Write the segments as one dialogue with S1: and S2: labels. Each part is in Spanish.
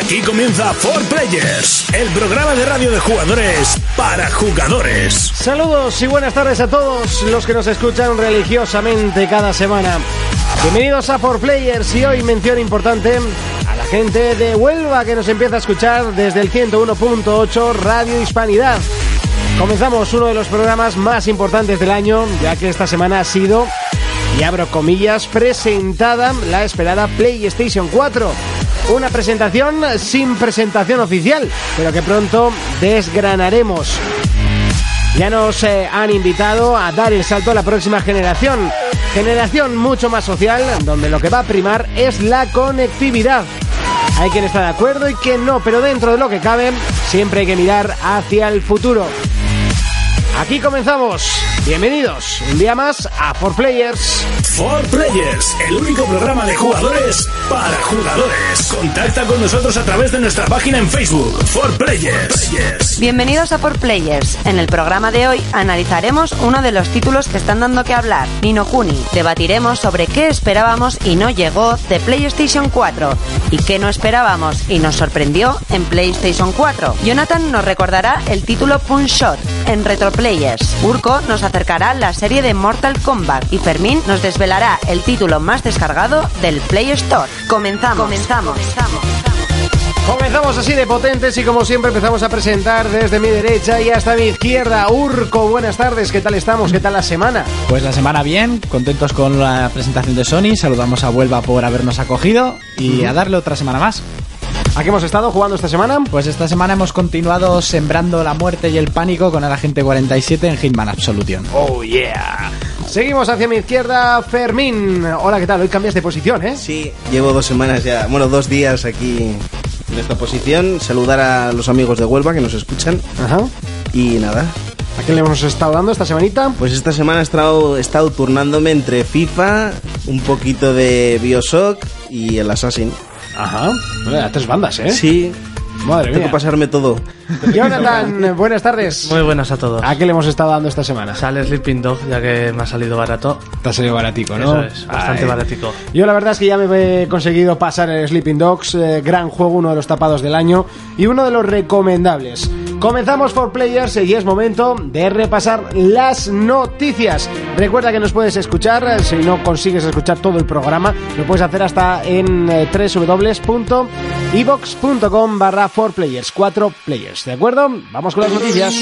S1: Aquí comienza For Players, el programa de radio de jugadores para jugadores.
S2: Saludos y buenas tardes a todos los que nos escuchan religiosamente cada semana. Bienvenidos a For Players y hoy mención importante a la gente de Huelva que nos empieza a escuchar desde el 101.8 Radio Hispanidad. Comenzamos uno de los programas más importantes del año, ya que esta semana ha sido, y abro comillas, presentada la esperada PlayStation 4. Una presentación sin presentación oficial, pero que pronto desgranaremos. Ya nos eh, han invitado a dar el salto a la próxima generación. Generación mucho más social, donde lo que va a primar es la conectividad. Hay quien está de acuerdo y quien no, pero dentro de lo que cabe, siempre hay que mirar hacia el futuro. Aquí comenzamos. Bienvenidos un día más a 4Players.
S1: 4Players, el único programa de jugadores para jugadores. Contacta con nosotros a través de nuestra página en Facebook, 4Players.
S3: Bienvenidos a Por Players. En el programa de hoy analizaremos uno de los títulos que están dando que hablar, Nino Kuni. Debatiremos sobre qué esperábamos y no llegó de PlayStation 4 y qué no esperábamos y nos sorprendió en PlayStation 4. Jonathan nos recordará el título Punch Shot en Retro Players. Urko nos acercará la serie de Mortal Kombat y Fermín nos desvelará el título más descargado del Play Store. Comenzamos. Comenzamos.
S2: Comenzamos así de potentes y como siempre empezamos a presentar desde mi derecha y hasta mi izquierda. Urco, buenas tardes, ¿qué tal estamos? ¿Qué tal la semana?
S4: Pues la semana bien, contentos con la presentación de Sony, saludamos a Huelva por habernos acogido y a darle otra semana más.
S2: ¿A qué hemos estado jugando esta semana?
S4: Pues esta semana hemos continuado sembrando la muerte y el pánico con el agente 47 en Hitman Absolution.
S2: Oh yeah. Seguimos hacia mi izquierda, Fermín. Hola, ¿qué tal? Hoy cambias de posición, ¿eh?
S5: Sí, llevo dos semanas ya, bueno, dos días aquí en esta posición. Saludar a los amigos de Huelva que nos escuchan.
S2: Ajá.
S5: Y nada,
S2: ¿A quién le hemos estado dando esta semanita?
S5: pues esta semana he estado, he estado turnándome entre FIFA, un poquito de Bioshock y el Assassin.
S2: Ajá. Bueno, a tres bandas, ¿eh?
S5: Sí,
S2: Madre
S5: tengo que
S2: mía.
S5: pasarme todo.
S2: Jonathan, buenas tardes.
S6: Muy buenas a todos.
S2: ¿A qué le hemos estado dando esta semana?
S6: Sale Sleeping Dog, ya que me ha salido barato.
S4: Te ha salido baratico,
S6: Eso es, bastante
S2: Ay.
S6: baratico.
S2: Yo la verdad es que ya me he conseguido pasar el Sleeping Dogs, eh, gran juego, uno de los tapados del año y uno de los recomendables. Comenzamos por Players y es momento de repasar las noticias. Recuerda que nos puedes escuchar, eh, si no consigues escuchar todo el programa, lo puedes hacer hasta en eh, www.evox.com barra 4Players, 4 Players, ¿de acuerdo? Vamos con las noticias.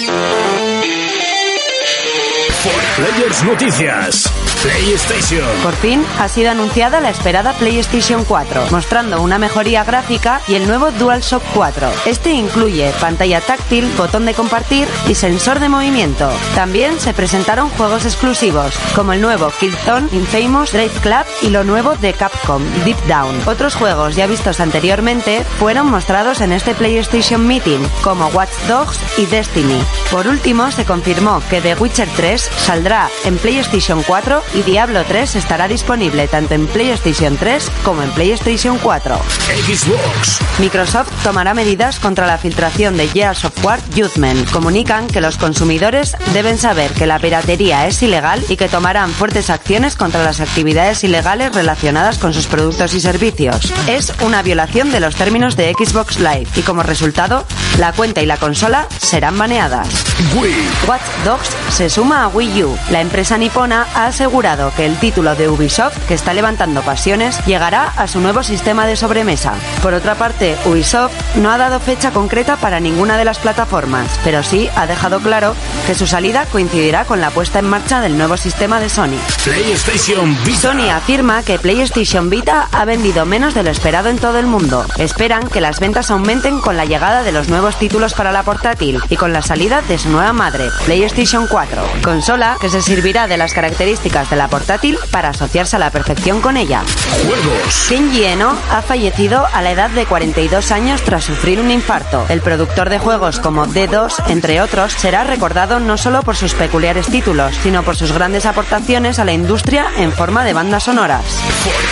S1: 4Players Noticias, PlayStation,
S3: Por fin ha sido anunciada la esperada PlayStation 4, mostrando una mejoría gráfica y el nuevo DualShock 4. Este incluye pantalla táctil, botón de compartir y sensor de movimiento. También se presentaron juegos exclusivos, como el nuevo Killzone, Infamous, Drive Club y lo nuevo de Capcom, Deep Down. Otros juegos ya vistos anteriormente fueron mostrados en este PlayStation Meeting, como Watch Dogs y Destiny. Por último, se confirmó que The Witcher 3 saldrá en PlayStation 4 y Diablo 3 estará disponible tanto en PlayStation 3 como en PlayStation 4.
S1: Xbox,
S3: Microsoft tomará medidas contra la filtración de Gears of War Judgment. Comunican que los consumidores deben saber que la piratería es ilegal y que tomarán fuertes acciones contra las actividades ilegales relacionadas con sus productos y servicios. Es una violación de los términos de Xbox Live y como resultado, la cuenta y la consola serán baneadas.
S1: Wii,
S3: Watch Dogs se suma a Wii U. La empresa nipona ha asegurado que el título de Ubisoft, que está levantando pasiones, llegará a su nuevo sistema de sobremesa. Por otra parte, Ubisoft no ha dado fecha concreta para ninguna de las plataformas, pero sí ha dejado claro que su salida coincidirá con la puesta en marcha del nuevo sistema de Sony.
S1: PlayStation Vita,
S3: Sony afirma que PlayStation Vita ha vendido menos de lo esperado en todo el mundo. Esperan que las ventas aumenten con la llegada de los nuevos títulos para la portátil y con la salida de su nueva madre, PlayStation 4, consola que se servirá de las características de la portátil para asociarse a la perfección con ella.
S1: Juegos,
S3: Shinji Eno ha fallecido a la edad de 42 años tras sufrir un infarto. El productor de juegos como D2, entre otros, será recordado no solo por sus peculiares títulos, sino por sus grandes aportaciones a la industria en forma de bandas sonoras.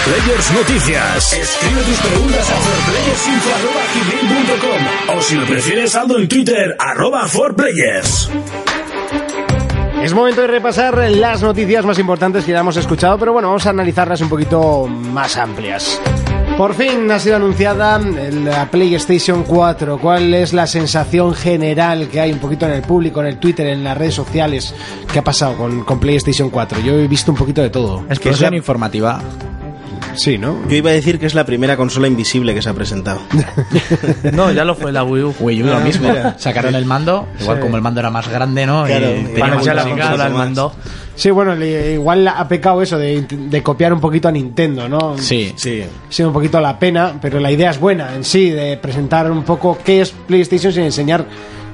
S1: Players Noticias. Escribe tus preguntas a 4playersinfo.com o si lo prefieres, saldo en Twitter, arroba 4Players.
S2: Es momento de repasar las noticias más importantes que ya hemos escuchado, pero bueno, vamos a analizarlas un poquito más amplias. Por fin ha sido anunciada la PlayStation 4. ¿Cuál es la sensación general que hay un poquito en el público, en el Twitter, en las redes sociales? ¿Qué ha pasado con, con PlayStation 4? Yo he visto un poquito de todo.
S4: Es que es una informativa.
S2: Sí, ¿no?
S5: Yo iba a decir que es la primera consola invisible que se ha presentado.
S6: No, ya lo fue la Wii U.
S4: Wii U lo mismo.
S5: Mira.
S4: Sacaron el mando, igual como el mando era más grande, ¿no?
S5: Claro,
S4: Y
S5: igual
S4: tenía
S6: Para echar la
S5: mucho
S4: música.
S6: consola al
S5: más.
S6: mando.
S2: Sí, bueno, le- igual ha pecado eso de, int- de copiar un poquito a Nintendo, ¿no?
S4: Sí.
S5: Sí.
S2: Ha sido un poquito la pena, pero la idea es buena en sí, de presentar un poco qué es PlayStation sin enseñar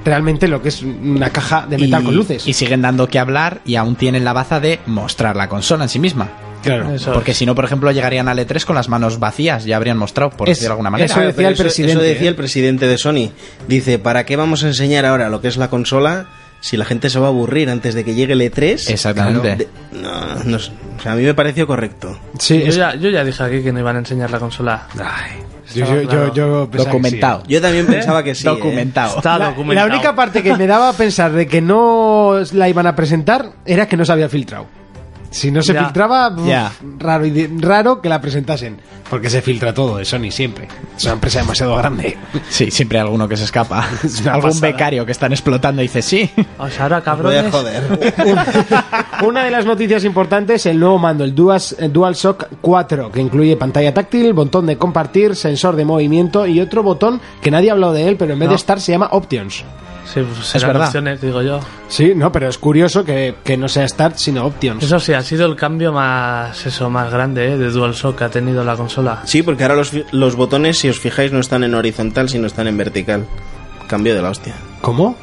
S2: realmente lo que es una caja de metal
S4: y,
S2: con luces.
S4: y siguen dando que hablar y aún tienen la baza de mostrar la consola en sí misma.
S2: claro.
S6: Eso
S4: Porque
S6: es.
S4: si no, por ejemplo, llegarían al E3 con las manos vacías, ya habrían mostrado, por
S2: Es-
S4: decirlo de alguna manera.
S2: eso Claro, decía el
S5: Pero
S2: presidente,
S5: Eso decía
S2: ¿eh?
S5: el presidente de Sony. Dice, ¿para qué vamos a enseñar ahora lo que es la consola si la gente se va a aburrir antes de que llegue el E3?
S4: Exactamente.
S5: De- no, no es- o sea, a mí me pareció correcto.
S2: Sí,
S6: Yo
S2: es-
S6: ya, yo ya dije aquí que no iban a enseñar la consola.
S2: yo,
S6: Estaba
S2: yo- yo-
S6: claro.
S2: yo pensaba que
S4: documentado.
S5: Yo también pensaba que sí. ¿eh?
S4: documentado.
S6: Está
S2: La, la
S6: documentado.
S2: única parte que me daba a pensar de que no la iban a presentar era que no se había filtrado. Si no se
S6: Ya.
S2: filtraba, uf,
S4: Ya.
S2: raro, y de- raro que la presentasen. Porque se filtra todo de Sony siempre. Es una empresa demasiado grande.
S4: Sí, siempre hay alguno que se escapa.
S2: Es una
S4: Algún
S2: pasada.
S4: becario que están explotando y dice sí.
S6: O sea, ahora
S5: Voy a
S6: cabrones.
S5: joder.
S2: Una de las noticias importantes, el nuevo mando, el Duas- el DualShock 4, que incluye pantalla táctil, botón de compartir, sensor de movimiento y otro botón que nadie ha hablado de él, pero en vez de
S6: No.
S2: estar se llama Options.
S6: Sí, pues serán
S4: verdad.
S6: opciones, digo yo.
S2: Sí, no, pero es curioso que, que no sea Start, sino Options.
S6: Eso sí, ha sido el cambio más eso más grande ¿eh? de DualShock que ha tenido la consola.
S5: Sí, porque ahora los, fi- los botones, si os fijáis, no están en horizontal, sino están en vertical. Cambio de la hostia.
S2: ¿Cómo?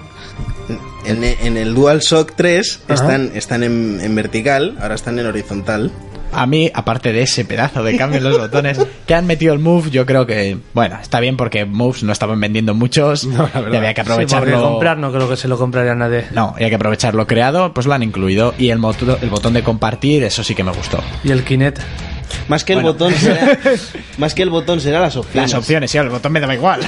S5: En, en el DualShock 3
S2: Ajá.
S5: están, están en, en vertical, ahora están en horizontal.
S4: A mí, aparte de ese pedazo de cambio en los botones, que han metido el Move, yo creo que, bueno, está bien porque Moves no estaban vendiendo muchos.
S2: No, la verdad.
S4: y había que
S6: Sí,
S4: aprovecharlo.
S6: porque comprar no creo que se lo compraría nadie.
S4: No, y hay que aprovechar lo creado, pues lo han incluido. Y el, moto- el botón de compartir, eso sí que me gustó.
S6: Y el Kinect.
S5: Más que
S4: Bueno.
S5: el botón será, más que el botón será las opciones.
S4: Las opciones, sí, el botón me daba igual.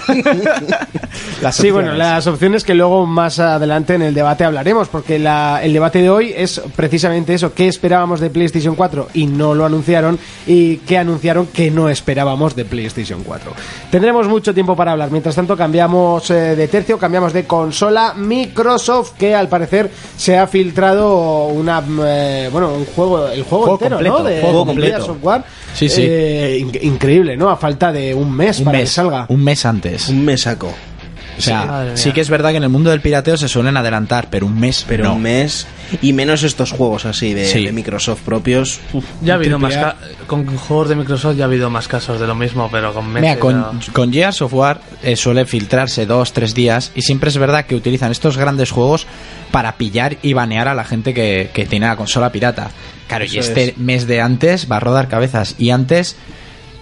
S4: Las
S2: Sí, bueno,
S4: opciones.
S2: las opciones que luego más adelante en el debate hablaremos, porque la- el debate de hoy es precisamente eso, qué esperábamos de PlayStation 4 y no lo anunciaron, y qué anunciaron que no esperábamos de PlayStation 4. Tendremos mucho tiempo para hablar, mientras tanto cambiamos eh, de tercio, cambiamos de consola Microsoft, que al parecer se ha filtrado una, mm, eh, bueno, un juego, el juego,
S4: Juego
S2: entero,
S4: completo,
S2: ¿no? De,
S4: juego
S2: de
S4: completo.
S2: Gears of War.
S4: Sí, sí.
S2: Eh, in- increíble, ¿no? A falta de un mes
S4: un
S2: para
S4: mes,
S2: que salga.
S4: un mes antes.
S5: Un mesaco.
S4: O sea,
S6: Madre
S4: sí
S6: mía.
S4: que es verdad que en el mundo del pirateo se suelen adelantar, pero un mes,
S5: Pero
S4: no.
S5: un mes. Y menos estos juegos así de,
S4: Sí.
S5: de Microsoft propios. Uf,
S6: Ya ha habido más
S2: triple A.
S6: ca- con juegos de Microsoft ya ha habido más casos de lo mismo, pero con meses.
S4: Mira, con,
S6: ¿no?
S4: con Gears of War eh, suele filtrarse dos, tres días y siempre es verdad que utilizan estos grandes juegos para pillar y banear a la gente que, que tiene la consola pirata. Claro, y este mes de antes va a rodar cabezas y antes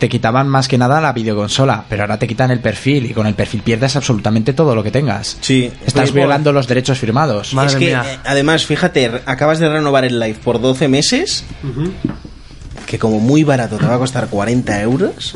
S4: te quitaban más que nada la videoconsola, pero ahora te quitan el perfil y con el perfil pierdes absolutamente todo lo que tengas.
S5: Sí.
S4: Estás
S5: Oye,
S4: violando los derechos firmados.
S6: Madre
S5: es que,
S6: mía.
S5: eh, además, fíjate, r- acabas de renovar el live por 12 meses. Que como muy barato te va a costar 40 euros.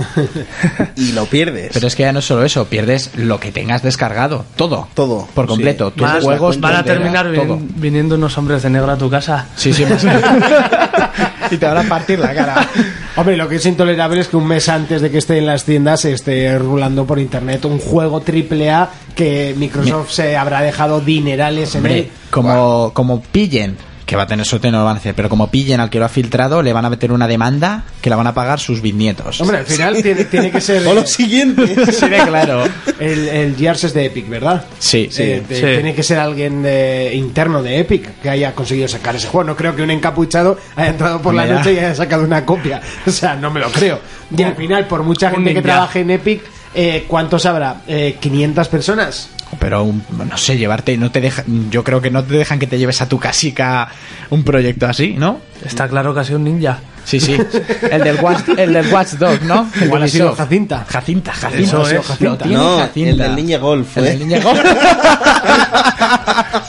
S5: y lo pierdes.
S4: Pero es que ya no es solo eso, pierdes lo que tengas descargado, todo.
S5: Todo,
S4: Por
S5: sí.
S4: completo. Tus
S6: Van a-
S4: juegos,
S6: van a
S4: tus ideas,
S6: terminar
S4: todo.
S6: vin- viniendo unos hombres de negro a tu casa.
S4: Sí, sí. más- y te van a partir la cara.
S2: Hombre, lo que es intolerable es que un mes antes de que esté en las tiendas se esté rulando por internet un juego triple A que Microsoft se habrá dejado dinerales en él.
S4: Hombre, como, como pillen, que va a tener suerte, no lo van a hacer, pero como pillen al que lo ha filtrado, le van a meter una demanda que la van a pagar sus bisnietos.
S2: Hombre, al final tiene, tiene que ser.
S5: O lo siguiente.
S4: sí, de claro.
S2: El, el Gears es de Epic, ¿verdad?
S4: Sí, sí.
S2: Eh, te-
S6: sí.
S2: Tiene que ser alguien de- interno de Epic que haya conseguido sacar ese juego. No creo que un encapuchado haya entrado por la
S4: Mira.
S2: noche y haya sacado una copia. O sea, no me lo creo. Y al final, por mucha
S6: un
S2: gente que
S6: ninja.
S2: trabaje en Epic, eh, ¿cuántos habrá? Eh, ¿500 personas?
S4: Pero un- no sé, llevarte, no te deja, yo creo que no te dejan que te lleves a tu casica un proyecto así, ¿no?
S6: Está claro que ha sido un ninja.
S4: Sí, sí. El del Watch, el del Watch Dog, ¿no? El
S2: Igual
S4: de
S2: ha sido
S4: Ubisoft.
S2: Jacinta.
S4: Jacinta, Jacinta.
S6: Eso
S4: ha sido
S6: es.
S4: Jacinta. Lo tiene
S5: No,
S4: Jacinta.
S5: el del Ninja Golf.
S4: El
S5: ¿eh?
S4: del Ninja Golf.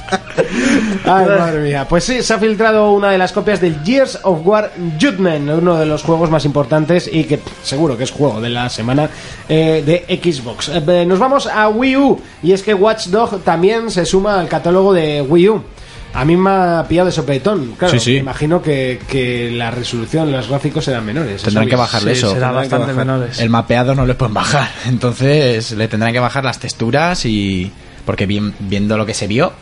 S2: Ay, madre mía. Pues sí, se ha filtrado una de las copias del Gears of War Judgment, uno de los juegos más importantes y que pff, seguro que es juego de la semana eh, de Xbox. Eh, eh, nos vamos a Wii U y es que Watch Dog también se suma al catálogo de Wii U. A mí me ha pillado de sopetón, claro.
S4: Sí, sí.
S2: Me imagino que, que la resolución, los gráficos eran menores.
S4: Tendrán
S2: eso
S4: que
S2: es-
S4: bajarle eso.
S6: será
S5: tendrán que
S6: bastante
S5: bajar.
S6: menores.
S4: El mapeado no le pueden bajar. Entonces le tendrán que bajar las texturas y. Porque vi- viendo lo que se vio.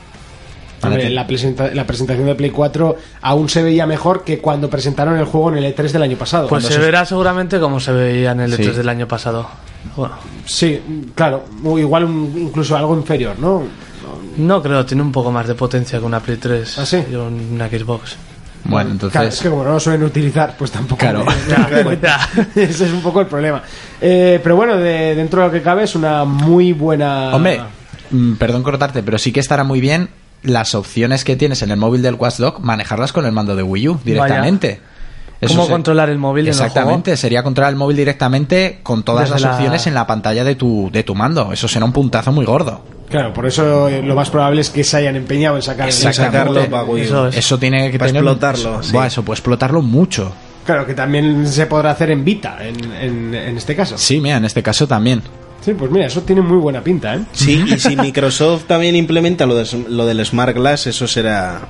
S4: van a
S2: Hombre,
S4: tener-
S2: la, presenta- la presentación de Play 4 aún se veía mejor que cuando presentaron el juego en el E3 del año pasado.
S6: Pues
S2: Cuando
S6: se verá seguramente como se veía en el
S4: Sí.
S6: E3 del año pasado. Bueno,
S2: Sí, claro, o igual un- incluso algo inferior, ¿no?
S6: no creo, tiene un poco más de potencia que una Play 3
S2: ¿Ah, sí?
S6: y una Xbox.
S4: Bueno, entonces.
S2: Claro, es que como no lo suelen utilizar, pues tampoco.
S4: Claro.
S2: Ese es un poco el problema. Eh, pero bueno, de- dentro de lo que cabe es una muy buena.
S4: Hombre, mm, perdón cortarte, pero sí que estará muy bien las opciones que tienes en el móvil del Watchdog manejarlas con el mando de Wii U directamente. Eso
S6: ¿Cómo
S4: se-
S6: controlar el móvil en el
S4: Exactamente, sería controlar el móvil directamente con todas
S6: Desde
S4: las
S6: la-
S4: opciones en la pantalla de tu, de tu mando. Eso será un puntazo muy gordo.
S2: Claro, por eso eh, lo más probable es que se hayan empeñado en sacar
S5: Sin sacarlo para Wii U.
S6: Eso es.
S4: Eso tiene que
S5: Para
S4: tener-
S5: explotarlo, sí.
S4: Buah, eso puede explotarlo mucho.
S2: Claro, que también se podrá hacer en Vita, en, en- en este caso.
S4: Sí, mira, en este caso también.
S2: Sí, pues mira, eso tiene muy buena pinta, ¿eh?
S5: Sí, y si Microsoft también implementa lo, de- lo del Smart Glass, eso será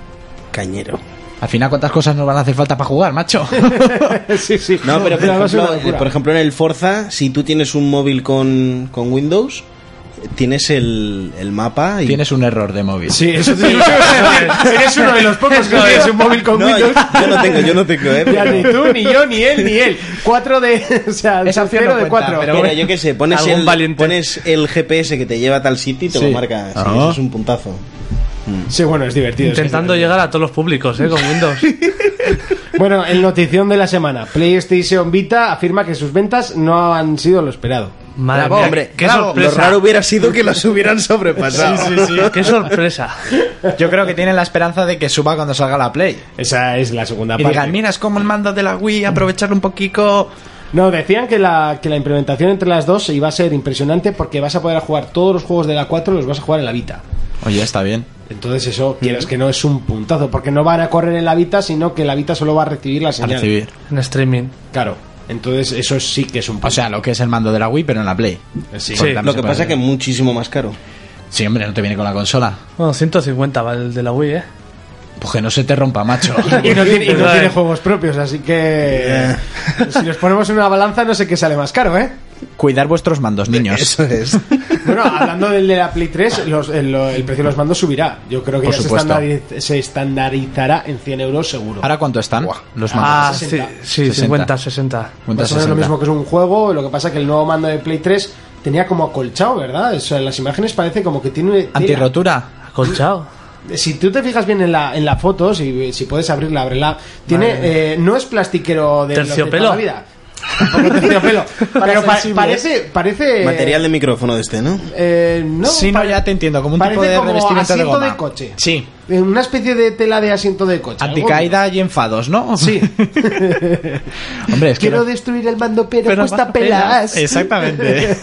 S5: cañero.
S4: Al final, ¿cuántas cosas nos van a hacer falta para jugar, macho?
S2: sí, sí.
S5: No, pero por
S2: va a ser una
S5: ejemplo, eh,
S2: locura.
S5: por ejemplo, en el Forza, si tú tienes un móvil con, con Windows, tienes el, el mapa y...
S4: Tienes un error de móvil.
S2: Sí, eso sí. Eres uno de los pocos que tienes un móvil con
S5: No,
S2: Windows.
S5: yo, yo no tengo, yo no tengo, eh.
S2: Ya
S5: pero-
S2: ni tú, ni yo, ni él, ni él. Cuatro de. O sea,
S4: Esa opción
S2: cero
S4: no
S2: de
S4: cuenta,
S2: cuatro.
S4: pero
S5: Mira, yo qué sé, pones
S6: Algún
S5: el,
S6: valiente.
S5: pones el GPS que te lleva a tal sitio y te lo
S4: Sí.
S5: marca. Sí,
S4: Ah.
S5: eso es un puntazo.
S2: Sí, bueno, es divertido. es
S6: Intentando
S2: divertido.
S6: llegar a todos los públicos, ¿eh? Con Windows.
S2: Bueno, en notición de la semana, PlayStation Vita afirma que sus ventas no han sido lo esperado.
S6: Madre mía, qué
S4: bravo,
S5: Ah, Lo
S6: sorpresa.
S5: raro hubiera sido que los hubieran sobrepasado.
S6: Qué sorpresa.
S4: Yo creo que tienen la esperanza de que suba cuando salga la Play.
S2: Esa es la segunda
S4: Y
S2: parte.
S4: digan, mira, es como el mando de la Wii, aprovecharlo un poquito.
S2: No, decían que la, que la implementación entre las dos iba a ser impresionante porque vas a poder jugar todos los juegos de la 4 los vas a jugar en la Vita.
S4: Oye, está bien.
S2: Entonces eso,
S4: Mm.
S2: quieras que no, es un puntazo, porque no van a correr en la Vita, sino que la Vita solo va a recibir la
S4: A
S2: señal.
S4: recibir.
S6: En streaming.
S2: Claro. Entonces eso sí que es un punto.
S4: O sea, lo que es el mando de la Wii, pero en la Play.
S2: Sí.
S6: Sí.
S5: Eh, Lo que pasa es que es muchísimo más caro.
S4: Sí, hombre, no te viene con la consola.
S6: Bueno, 150 va el de la Wii, ¿eh?
S4: Pues que no se te rompa, macho.
S2: Y no tiene, y no
S6: Verdad,
S2: tiene
S6: eh.
S2: juegos propios, así que... Si nos ponemos en una balanza, no sé qué sale más caro, ¿eh?
S4: Cuidar vuestros mandos, niños.
S5: es.
S2: Bueno, hablando del de la Play 3, los- el, lo- el precio de los mandos subirá. Yo creo que
S4: Por
S2: ya se,
S4: supuesto.
S2: estandariz- se estandarizará en 100 euros seguro.
S4: ¿Ahora cuánto están los
S6: Ah,
S4: mandos?
S6: sí,
S2: 60.
S6: sí,
S4: 60.
S6: 50, 60.
S4: Cuenta
S2: Más o menos lo
S4: 60.
S2: mismo que pues es un juego, lo que pasa que el nuevo mando de Play 3 tenía como acolchado, ¿verdad? O sea, en las imágenes parece como que tiene... tela.
S4: ¿Antirrotura?
S6: Acolchado.
S2: Si tú te fijas bien en la, en la foto, si, si puedes abrirla, ábrela. Tiene, eh, no es plastiquero de los de
S6: Terciopelo.
S2: toda la vida. Tampoco terciopelo. Pero pa-
S4: sensible. ¿eh?
S2: parece, parece...
S5: Material de micrófono de este, ¿no?
S2: Eh, no,
S4: sí, no,
S2: pare-
S4: ya te entiendo. Como un tipo
S2: parece
S4: de
S2: como
S4: revestimiento de
S2: asiento
S4: goma.
S2: coche.
S4: Sí.
S2: Eh, Una especie de tela de asiento de coche. algo-
S4: Anticaída y enfados, ¿no?
S2: Sí.
S4: Hombre, es que...
S2: Quiero
S4: no-
S2: destruir el mando, pero,
S4: Pero
S2: cuesta
S4: más
S2: pelas.
S4: Exactamente.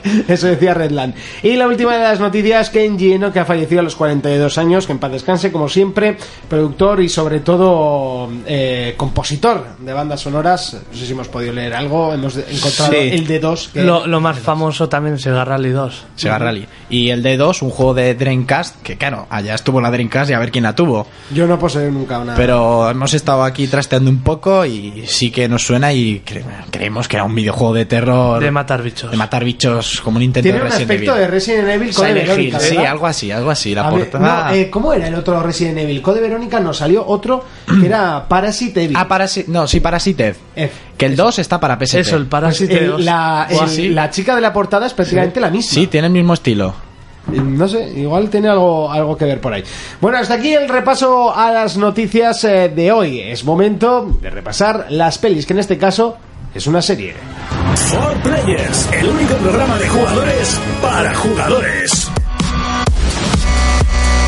S2: Eso decía Redland. Y la última de las noticias, Kenji Eno, que ha fallecido a los 42 años, que en paz descanse, como siempre, productor y sobre todo eh, compositor de bandas sonoras. No sé si hemos podido leer algo, hemos de- encontrado
S5: Sí.
S2: el de dos. que-
S6: Lo, lo más famoso también es el Rally 2.
S4: Sega Rally. Y el D2, un juego de Dreamcast, que claro, allá estuvo la Dreamcast y a ver quién la tuvo.
S2: Yo no poseo nunca una...
S4: Pero hemos estado aquí trasteando un poco y sí que nos suena y cre- creemos que era un videojuego de terror.
S6: De matar bichos.
S4: de matar bichos como un intento
S2: Tiene
S4: de
S2: un
S4: Resident
S2: aspecto de
S4: Evil.
S2: Resident Evil con
S4: Silent
S2: Verónica,
S4: Hill, sí,
S2: ¿verdad?
S4: algo así, algo así. La
S2: A ver,
S4: portada.
S2: no, eh, ¿Cómo era el otro Resident Evil? Code Verónica nos salió otro que era Parasite Evil.
S4: Ah, Parasi- no, sí, Parasitev.
S2: F.
S4: Que el 2 está para PSP.
S6: Eso, el
S2: Pues
S6: parásito.
S2: el- la, el-
S4: Ah, sí.
S2: la chica de la portada es prácticamente la misma.
S4: Sí, tiene el mismo estilo.
S2: Eh, No sé, igual tiene algo, algo que ver por ahí. Bueno, hasta aquí el repaso a las noticias eh, de hoy. Es momento de repasar las pelis, que en este caso es una serie.
S1: For Players, el único programa de jugadores para jugadores.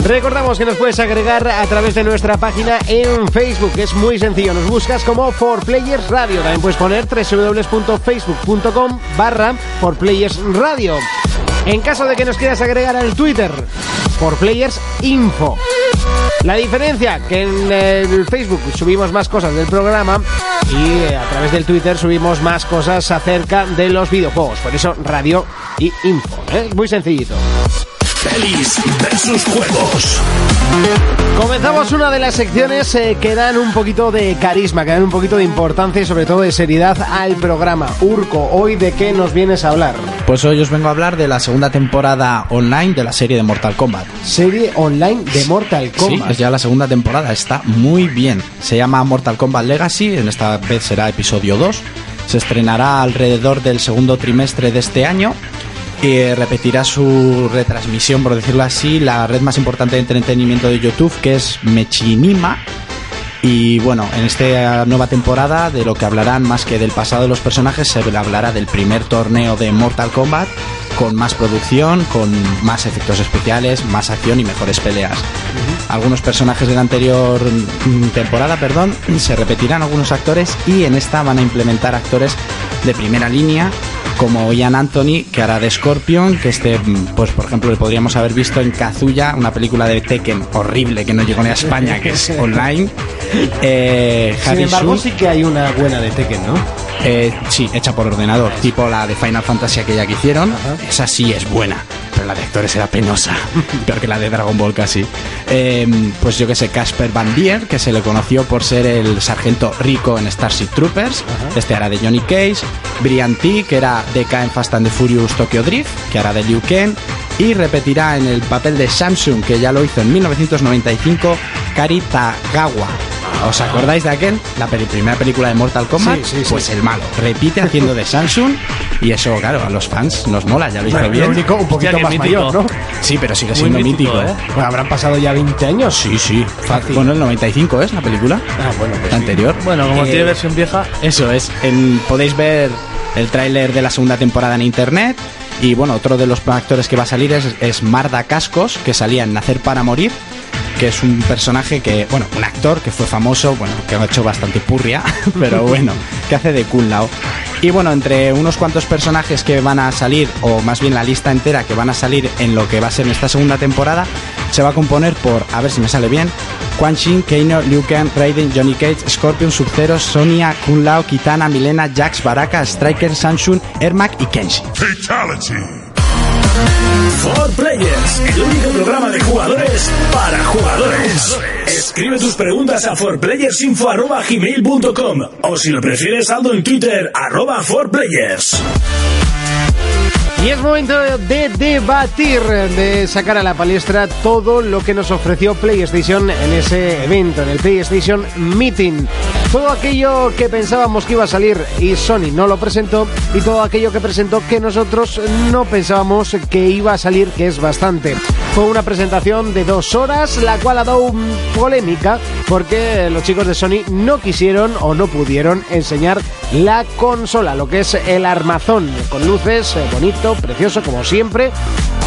S2: Recordamos que nos puedes agregar a través de nuestra página en Facebook. Es muy sencillo. Nos buscas como For Players Radio. También puedes poner www.facebook.com barra For Players Radio. En caso de que nos quieras agregar al Twitter, For Players Info. La diferencia que en el Facebook subimos más cosas del programa y eh, a través del Twitter subimos más cosas acerca de los videojuegos. Por eso radio y info. ¿eh? Muy sencillito.
S1: Pelis versus juegos.
S2: Comenzamos una de las secciones eh, que dan un poquito de carisma, que dan un poquito de importancia y sobre todo de seriedad al programa. Urco, hoy de qué nos vienes a hablar?
S4: Pues hoy os vengo a hablar de la segunda temporada online de la serie de Mortal Kombat.
S2: Serie online de Mortal
S4: Sí,
S2: Kombat.
S4: es ya la segunda temporada, está muy bien. Se llama Mortal Kombat Legacy, en esta vez será episodio 2. Se estrenará alrededor del segundo trimestre de este año y repetirá su retransmisión, por decirlo así, la red más importante de entretenimiento de YouTube, que es Mechinima. Y bueno, en esta nueva temporada de lo que hablarán más que del pasado de los personajes, se hablará del primer torneo de Mortal Kombat con más producción, con más efectos especiales, más acción y mejores peleas. Algunos personajes de la anterior mm, temporada, perdón, se repetirán algunos actores y en esta van a implementar actores de primera línea como Ian Anthony, que hará de Scorpion, que este, mm, pues por ejemplo, le podríamos haber visto en Kazuya, una película de Tekken horrible que no llegó ni a España, que es online. Eh,
S2: Sin
S4: Harry
S2: embargo,
S4: Sun,
S2: sí que hay una buena de Tekken, ¿no?
S4: eh, sí, hecha por ordenador, tipo la de Final Fantasy aquella que hicieron. Esa sí es buena, pero la de actores era penosa, peor que la de Dragon Ball casi. Eh, pues yo que sé, Casper Van Dier, que se le conoció por ser el sargento rico en Starship Troopers, este hará de Johnny Cage, Brian T, que era de K en Fast and the Furious Tokyo Drift, que hará de Liu Kang, y repetirá en el papel de Samsung, que ya lo hizo en 1995, Kari Tagawa. ¿Os acordáis de aquel? La peli- primera película de Mortal Kombat.
S2: Sí, sí, sí.
S4: Pues el malo. Repite haciendo de Samsung. Y eso, claro, a los fans nos mola, ya lo hizo bien.
S2: un poquito
S6: Hostia, qué
S2: más
S6: mítico.
S2: mayor, ¿no?
S4: Sí, pero sigue
S6: Muy
S4: siendo mítico,
S6: mítico, ¿eh?
S4: ¿eh?
S2: Bueno, habrán pasado ya 20 años.
S4: Sí, sí.
S2: Fácil.
S4: Bueno, el 95 es la película.
S2: Ah, bueno, pues
S4: la anterior.
S6: Bueno, como
S4: Eh,
S6: tiene versión vieja,
S4: Eso es, en- podéis ver el tráiler de la segunda temporada en internet. Y bueno, otro de los actores que va a salir es, es Marda Cascos, que salía en Nacer para Morir, que es un personaje que, bueno, un actor que fue famoso, bueno, que ha hecho bastante purria, pero bueno, que hace de Kun Lao. Y bueno, entre unos cuantos personajes que van a salir, o más bien la lista entera que van a salir en lo que va a ser en esta segunda temporada, se va a componer por, a ver si me sale bien, Quan Shin, Keino, Liu Kang, Raiden, Johnny Cage, Scorpion, Sub-Zero, Sonia, Kun Lao, Kitana, Milena, Jax, Baraka, Striker, Samsung, Ermac y Kenshi.
S1: For Players, el único programa de jugadores para jugadores. Escribe tus preguntas a forplayersinfo@gmail.com o si lo prefieres saldo en Twitter arroba forplayers.
S2: Y es momento de debatir, de sacar a la palestra todo lo que nos ofreció PlayStation en ese evento, en el PlayStation Meeting. Todo aquello que pensábamos que iba a salir y Sony no lo presentó, y todo aquello que presentó que nosotros no pensábamos que iba a salir, que es bastante. Fue una presentación de dos horas, la cual ha dado mm, polémica porque los chicos de Sony no quisieron o no pudieron enseñar la consola, lo que es el armazón, con luces, eh, bonito, precioso como siempre,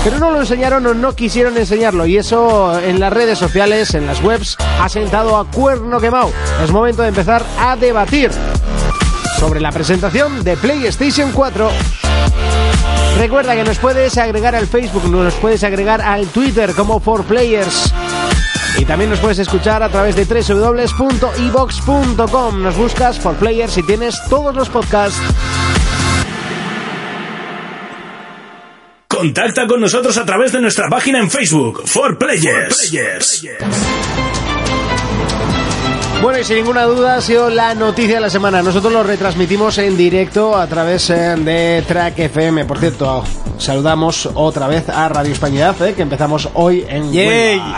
S2: pero no lo enseñaron o no quisieron enseñarlo y eso en las redes sociales, en las webs, ha sentado a cuerno quemado. Es momento de empezar a debatir sobre la presentación de PlayStation 4. Recuerda que nos puedes agregar al Facebook, nos puedes agregar al Twitter como 4Players. Y también nos puedes escuchar a través de www.evox.com. Nos buscas por Players y tienes todos los podcasts.
S1: Contacta con nosotros a través de nuestra página en Facebook, For Players.
S2: Bueno, y sin ninguna duda ha sido la noticia de la semana. Nosotros lo retransmitimos en directo a través eh, de Track FM. Por cierto, saludamos otra vez a Radio Españidad, eh, que empezamos hoy en
S5: Yay.
S2: Huelva.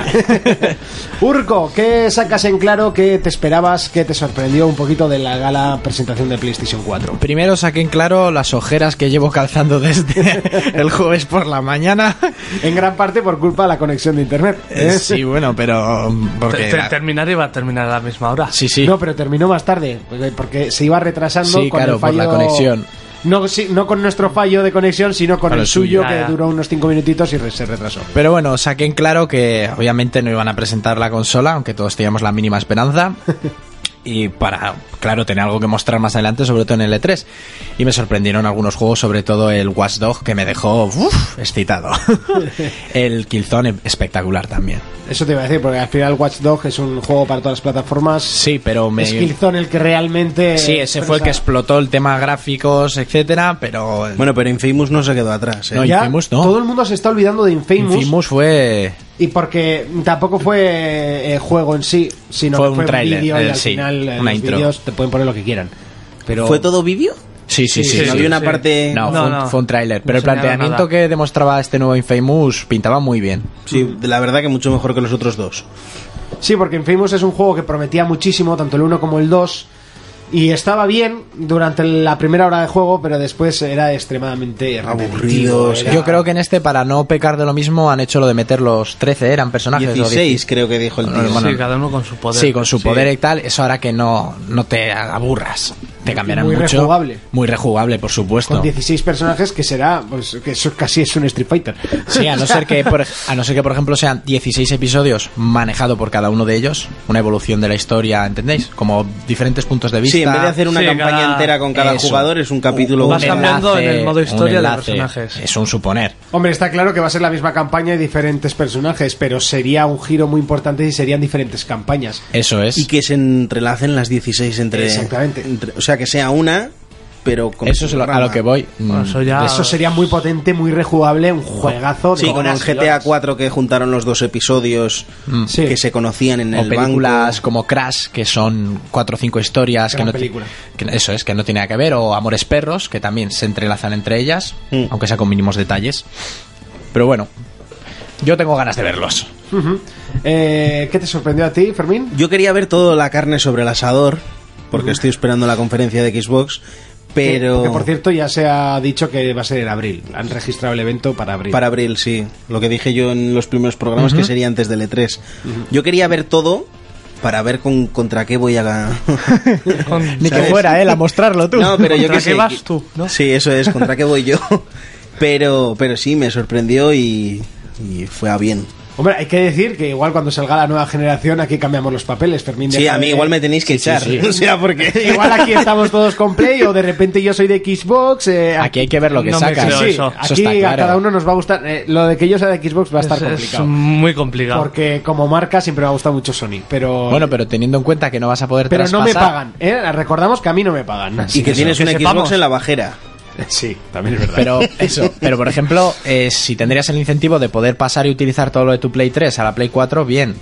S2: Urco, ¿qué sacas en claro? ¿Qué te esperabas? ¿Qué te sorprendió un poquito de la gala presentación de PlayStation 4?
S4: Primero saqué en claro las ojeras que llevo calzando desde el jueves por la mañana.
S2: En gran parte por culpa de la conexión de internet. ¿eh?
S4: Eh, Sí, bueno, pero... mm,
S6: te-
S4: Porque
S6: te-
S4: era-
S6: terminar iba a terminar a la misma hora.
S4: Sí, sí.
S2: No, pero terminó más tarde, porque- porque se iba retrasando
S4: Sí,
S2: con
S4: claro,
S2: el fallo...
S4: por la conexión.
S2: No, sí, no con nuestro fallo de conexión, sino con
S4: Con
S2: el
S4: el
S2: suyo,
S4: suyo.
S2: que
S6: Ya, ya.
S2: duró unos 5 minutitos y re- se retrasó.
S4: Pero bueno, saqué en claro que obviamente no iban a presentar la consola, aunque todos teníamos la mínima esperanza. y para, claro, tener algo que mostrar más adelante, sobre todo en el E3. Y me sorprendieron algunos juegos, sobre todo el Watchdog, que me dejó uf, excitado. el Killzone espectacular también.
S2: Eso te iba a decir, porque al final Watch Dogs es un juego para todas las plataformas.
S4: Sí, pero me...
S2: Es Killzone el eh, que realmente...
S4: Sí, ese fue el que
S2: explotó.
S4: explotó el tema gráficos, etcétera, pero...
S5: Bueno, pero Infamous no se quedó atrás. ¿eh?
S4: No,
S2: Ya
S4: Infamous no.
S2: todo el mundo se está olvidando de Infamous,
S4: Infamous fue...
S2: y porque tampoco fue eh, juego en sí, sino
S4: Fue
S2: que
S4: un
S2: fue
S4: tráiler,
S2: vídeo y
S4: eh,
S2: al
S4: sí,
S2: final eh,
S4: una
S2: los
S4: intro.
S2: vídeos te pueden poner lo que quieran. Pero
S5: ¿Fue todo vídeo?
S4: Sí, sí, sí.
S5: no
S4: sí.
S5: había una
S6: sí.
S5: parte...
S4: No,
S6: No,
S4: fue un,
S6: no.
S4: fue un tráiler.
S6: No
S4: Pero el
S6: enseñaron
S4: planteamiento
S6: nada.
S4: que demostraba este nuevo Infamous pintaba muy bien.
S5: Sí, la verdad que mucho mejor que los otros dos.
S2: sí, porque Infamous es un juego que prometía muchísimo, tanto el 1 como el 2, y estaba bien durante la primera hora de juego, pero después era extremadamente
S5: Aburrido,
S2: repetitivo. eh,
S5: o sea,
S2: era-
S4: Yo creo que en este, para no pecar de lo mismo, han hecho lo de meter los 13, eran personajes. o
S5: 16 creo que dijo el tío.
S4: bueno,
S6: sí, cada uno con su poder.
S4: Sí, con su
S5: Sí.
S4: poder y tal, eso hará que no, no te aburras. Te cambiarán
S2: Muy
S4: mucho.
S2: rejugable.
S4: Muy rejugable, por supuesto.
S2: con 16 personajes que será, pues que eso casi es un Street Fighter.
S4: Sí, a no, ser que, por, a no ser que, por ejemplo, sean 16 episodios manejado por cada uno de ellos, una evolución de la historia, ¿entendéis? Como diferentes puntos de vista.
S5: Sí, en vez de hacer una
S6: Sí,
S5: campaña
S6: cada-
S5: entera con cada
S4: Eso.
S5: jugador, es un capítulo.
S4: un
S6: Vas
S5: único.
S6: cambiando en
S4: enlace,
S6: el modo
S4: un
S6: historia de los
S4: enlace.
S6: personajes.
S4: Es un suponer.
S2: Hombre, está claro que va a ser la misma campaña y diferentes personajes, pero sería un giro muy importante y serían diferentes campañas.
S4: Eso es.
S5: Y que se entrelacen las 16 entre.
S2: Exactamente.
S5: entre- o sea, que sea una, pero con.
S4: Eso es lo- a lo que voy. Mm.
S6: Bueno, eso
S4: Ah.
S6: ya-
S2: Eso sería muy potente, muy rejugable, un juegazo. de
S5: Sí, como en
S2: horas y
S5: GTA
S2: horas.
S5: 4 que juntaron los dos episodios
S2: Sí.
S5: que se conocían en
S4: Mm. o
S5: el
S4: películas
S5: banco.
S4: como Crash, que son cuatro o cinco historias que
S2: Gran
S4: no, ti-
S2: película.
S4: que no- eso es, que no tiene nada que ver, o Amores Perros, que también se entrelazan entre ellas,
S5: Mm.
S4: aunque sea con mínimos detalles. Pero bueno, yo tengo ganas de verlos.
S2: Ujú. Eh, ¿Qué te sorprendió a ti, Fermín?
S5: Yo quería ver toda la carne sobre el asador, porque estoy esperando la conferencia de Xbox, pero.
S2: Mm. Que, por cierto, ya se ha dicho que va a ser en abril. Han registrado el evento para abril.
S5: Para abril, sí. Lo que dije yo en los primeros programas que sería antes del E3. Yo quería ver todo para ver con, contra qué voy a... ga-
S6: Con-
S4: Ni que
S5: ¿Sabes?
S4: fuera
S6: ¿eh?
S4: él a mostrarlo tú.
S5: no, pero yo
S6: ¿Contra
S5: qué
S6: qué
S5: sé.
S6: vas tú, no?
S5: Sí, eso es, contra qué voy yo. Pero, pero sí, me sorprendió y, y fue a bien.
S2: Hombre, hay que decir que igual cuando salga la nueva generación aquí cambiamos los papeles, Fermín.
S5: Sí,
S2: deja
S5: a mí
S2: de-
S5: igual me tenéis que echar. O sea, porque...
S2: Igual aquí estamos todos con Play o de repente yo soy de Xbox. eh,
S4: Aquí hay que ver lo que
S6: No me
S4: sacan.
S6: creo
S2: Sí,
S6: eso.
S4: Eso
S2: aquí
S4: está
S2: a
S4: claro.
S2: cada uno nos va a gustar. eh, lo de que yo sea de Xbox va a estar
S6: es- es
S2: complicado.
S6: muy complicado.
S2: Porque como marca siempre me ha gustado mucho Sony, pero
S4: Bueno, pero teniendo en cuenta que no vas a poder
S2: pero no me
S4: traspasar-
S2: pagan. ¿eh? Recordamos que a mí no me pagan.
S5: Y que tienes
S6: que
S5: un Xbox
S6: sepamos.
S5: en la bajera.
S2: Sí, también es verdad.
S4: Pero eso, pero por ejemplo, eh, si tendrías el incentivo de poder pasar y utilizar todo lo de tu Play 3 a la Play 4, bien.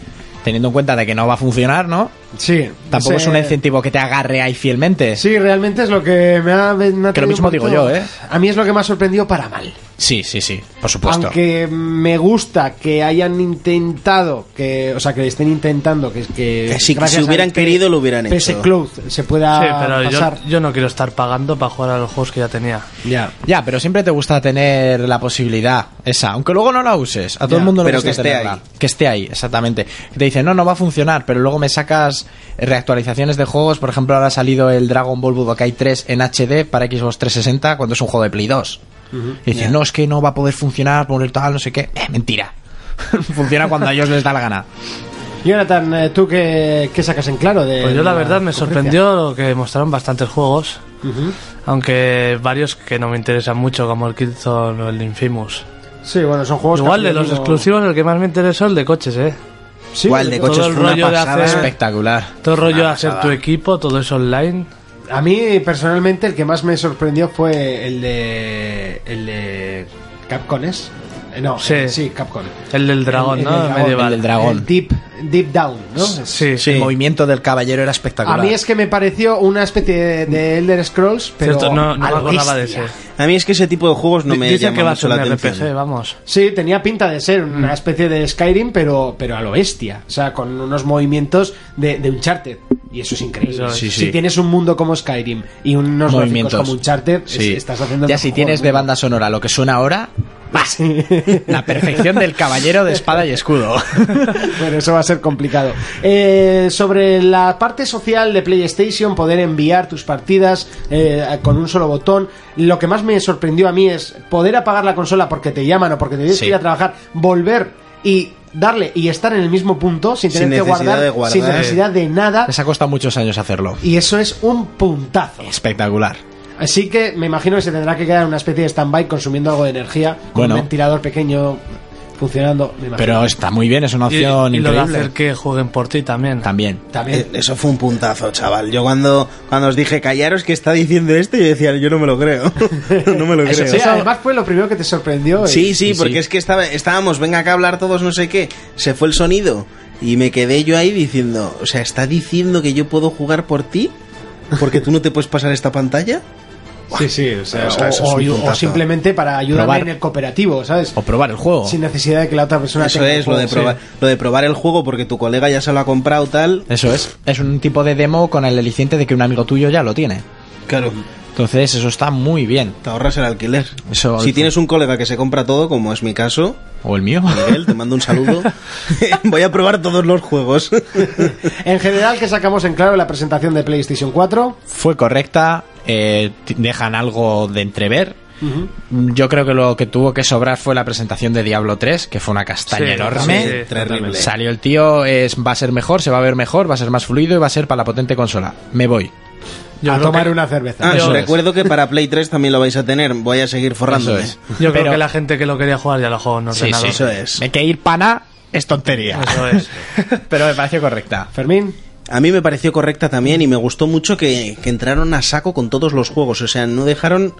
S4: Teniendo en cuenta de que no va a funcionar, ¿no?
S2: sí,
S4: Tampoco
S2: ese-
S4: es un incentivo que te agarre ahí fielmente.
S2: Sí, realmente es lo que me ha, me ha
S4: Que lo
S2: traído
S4: mismo
S2: un
S4: digo
S2: poquito-
S4: yo, ¿eh?
S2: A mí es lo que me ha sorprendido para mal.
S4: Sí, sí, sí, por supuesto.
S2: Aunque me gusta que hayan intentado que, o sea, que estén intentando que que,
S5: Que sí, que
S2: gracias
S5: si hubieran
S2: al P-
S5: querido lo hubieran
S2: PS
S5: hecho.
S2: Cloud se pueda
S6: Sí, pero yo-
S2: pasar.
S6: yo no quiero estar pagando para jugar a los juegos que ya tenía.
S2: Ya.
S4: Ya, pero siempre te gusta tener la posibilidad esa, aunque luego no la uses. A todo
S5: Ya,
S4: el mundo le
S5: pero
S4: gusta
S5: que esté
S4: tenerla.
S5: ahí.
S4: Que esté ahí, exactamente. Te dicen, no, no va a funcionar, pero luego me sacas reactualizaciones de juegos. Por ejemplo, ahora ha salido el Dragon Ball Budokai 3 en HD para Xbox 360 cuando es un juego de Play 2. Y dicen,
S5: Ya.
S4: no, es que no va a poder funcionar por el tal, no sé qué. Eh, mentira. Funciona cuando a ellos les da la gana.
S2: Jonathan, eh, ¿tú qué, qué sacas en claro de
S6: Pues yo la verdad me
S2: conferencia?
S6: sorprendió lo que mostraron bastantes juegos, aunque varios que no me interesan mucho como el Killzone o el Infamous.
S2: Sí, bueno, son juegos que
S6: Igual de
S2: al
S6: los
S2: final no-
S6: exclusivos el que más me interesó el de coches, eh.
S2: Sí,
S5: Igual de
S2: todo-
S5: coches
S6: el
S5: fue una
S6: rollo de
S5: pasada.
S6: hacer-
S4: Espectacular.
S6: Todo el rollo de
S5: Una
S6: hacer tu
S5: pasada.
S6: equipo, todo eso online.
S2: A mí personalmente el que más me sorprendió fue el de el de Capcom es Eh, no
S6: Sí.
S2: eh, sí Capcom
S6: El del
S2: El-
S6: dragón,
S2: el
S6: ¿no?
S2: del dragón,
S6: medieval.
S4: el del dragón.
S2: El Eh, Deep Deep Down no
S6: Sí,
S4: El
S6: sí.
S4: movimiento del caballero era
S2: a
S4: espectacular.
S2: mí es que me pareció una especie de, de Elder Scrolls pero
S6: Cierto, no, no me
S2: a lo
S6: acordaba de
S2: bestia.
S6: ese.
S5: A mí es que ese tipo de juegos no me
S6: Dicen
S5: llama
S6: que va a
S5: mucho
S6: ser
S5: la
S6: un
S5: atención.
S6: RPG, vamos.
S2: Sí, tenía pinta de ser
S6: Mm.
S2: una especie de Skyrim, pero, pero a lo bestia. O sea, con unos movimientos de, de Uncharted. Y eso es increíble.
S6: Eso es.
S4: Sí, sí.
S2: Si tienes un mundo como Skyrim y unos movimientos
S4: movimientos.
S2: como Uncharted, es-
S4: Sí.
S2: estás haciendo.
S4: ya
S2: otro
S4: si
S2: juego,
S4: tienes
S2: ¿no?
S4: de banda sonora lo que suena ahora, La perfección del caballero de espada y escudo.
S2: Bueno, eso va a ser complicado. Eh, sobre la parte social de PlayStation, poder enviar tus partidas eh, con un solo botón. Lo que más me sorprendió a mí es poder apagar la consola porque te llaman o porque te tienes
S4: Sí.
S2: que ir a trabajar, volver y darle y estar en el mismo punto sin tener
S5: Sin
S2: que
S5: necesidad
S2: guardar,
S5: de guardar.
S2: sin necesidad de nada.
S4: Les ha costado muchos años hacerlo.
S2: Y eso es un puntazo.
S4: Espectacular.
S2: Así que me imagino que se tendrá que quedar en una especie de stand-by consumiendo algo de energía, con
S4: Bueno.
S2: un ventilador pequeño funcionando. Me imagino.
S4: Pero está muy bien, es una
S6: Y,
S4: opción
S6: y lo de
S4: increíble.
S6: hacer que jueguen por ti también.
S4: También.
S2: también.
S5: Eh, Eso fue un puntazo, chaval. Yo cuando, cuando os dije, callaros que está diciendo esto, yo decía, yo no me lo creo. no me lo
S2: Eso
S5: creo.
S2: sí, además fue lo primero que te sorprendió. eh.
S5: Sí,
S4: Sí,
S5: sí, porque
S4: sí.
S5: es que estaba, estábamos, venga acá a hablar todos, no sé qué. Se fue el sonido y me quedé yo ahí diciendo, o sea, ¿está diciendo que yo puedo jugar por ti? ¿Porque tú no te puedes pasar esta pantalla?
S2: sí, sí. O, sea,
S5: O sea,
S2: o-
S5: eso es un
S2: o- o
S5: puntazo.
S2: simplemente para ayudarme
S4: Probar.
S2: en el cooperativo, ¿sabes?
S4: O probar el juego.
S2: Sin necesidad de que la otra persona
S5: Eso
S2: tenga el
S5: es, lo de,
S2: juego, sí.
S5: probar, lo de probar el juego porque tu colega ya se lo ha comprado tal.
S4: Eso es. Es un tipo de demo con el aliciente de que un amigo tuyo ya lo tiene.
S5: Claro.
S4: Entonces, eso está muy bien.
S5: Te ahorras el alquiler.
S4: Eso-
S5: si tienes un colega que se compra todo, como es mi caso,
S4: O el mío.
S5: Miguel, te mando un saludo. Voy a probar todos los juegos.
S2: En general, que sacamos en claro en la presentación de PlayStation 4?
S4: Fue correcta. eh, t- dejan algo de entrever. Yo creo que lo que tuvo que sobrar fue la presentación de Diablo 3, que fue una castaña
S6: Sí,
S4: enorme.
S6: sí, sí,
S5: terrible.
S4: Salió el tío, es, va a ser mejor, se va a ver mejor, va a ser más fluido y va a ser para la potente consola. Me voy.
S6: Yo
S2: a
S6: creo
S2: tomar
S6: que-
S2: una cerveza.
S5: Ah,
S4: Eso es.
S5: recuerdo que para Play 3 también lo vais a tener. Voy a seguir forrándome.
S4: Eso es.
S6: Yo creo
S4: Pero-
S6: que la gente que lo quería jugar ya lo jugó en
S4: Sí, sí.
S6: ordenador.
S5: Eso es.
S4: De que ir pana es tontería.
S6: Eso es.
S4: Pero me pareció correcta.
S2: Fermín,
S5: A mí me pareció correcta también y me gustó mucho que, que entraron a saco con todos los juegos. O sea, no dejaron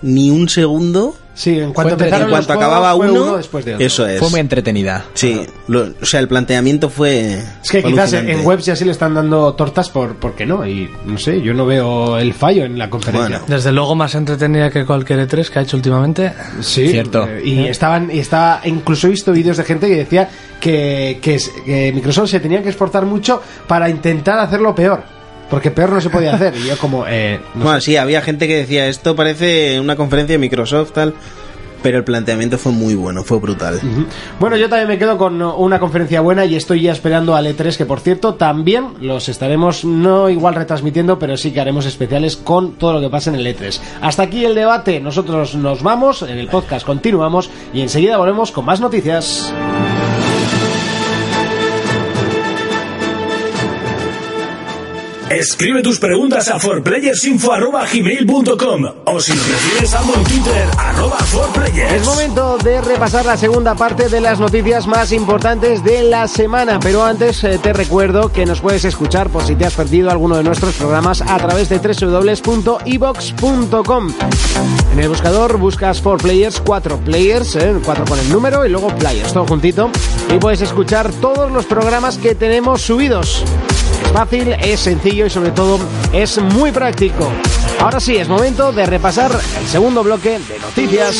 S5: ni un segundo.
S2: sí, en cuanto
S4: Fue
S5: En
S2: empezaron
S4: Claro,
S2: los
S5: cuanto
S2: juegos,
S5: acababa
S2: fue
S5: uno,
S2: después de otro.
S5: eso es.
S4: Fue muy entretenida.
S5: Sí, lo- o sea, el planteamiento fue.
S2: Es que quizás en-
S5: alucinante.
S2: en webs y así le están dando tortas por, por qué no. Y no sé, yo no veo el fallo en la conferencia.
S5: Bueno.
S6: Desde luego más entretenida que cualquier E3 que ha hecho últimamente.
S2: Sí,
S4: Cierto.
S2: eh, y estaban, y estaba, incluso he visto vídeos de gente que decía que, que es- que Microsoft se tenía que esforzar mucho para intentar hacerlo peor. Porque peor no se podía hacer. Y yo como, eh, no
S5: Bueno, sí, había gente que decía esto parece una conferencia de Microsoft, tal. Pero el planteamiento fue muy bueno, fue brutal.
S2: Bueno, yo también me quedo con una conferencia buena y estoy ya esperando al E3, que por cierto, también los estaremos no igual retransmitiendo, pero sí que haremos especiales con todo lo que pasa en el E3. Hasta aquí el debate, nosotros nos vamos, en el podcast continuamos y enseguida volvemos con más noticias.
S1: Escribe tus preguntas a forplayersinfo.gmail.com o si lo prefieres, algo en Twitter, arroba
S2: Es
S1: forplayers.
S2: momento de repasar la segunda parte de las noticias más importantes de la semana, pero antes eh, te recuerdo que nos puedes escuchar por si te has perdido alguno de nuestros programas a través de www.evox.com. En el buscador buscas 4Players, 4Players, 4 eh, con el número y luego Players, todo juntito, y puedes escuchar todos los programas que tenemos subidos. Es fácil, es sencillo y sobre todo es muy práctico. Ahora sí, es momento de repasar el segundo bloque de noticias.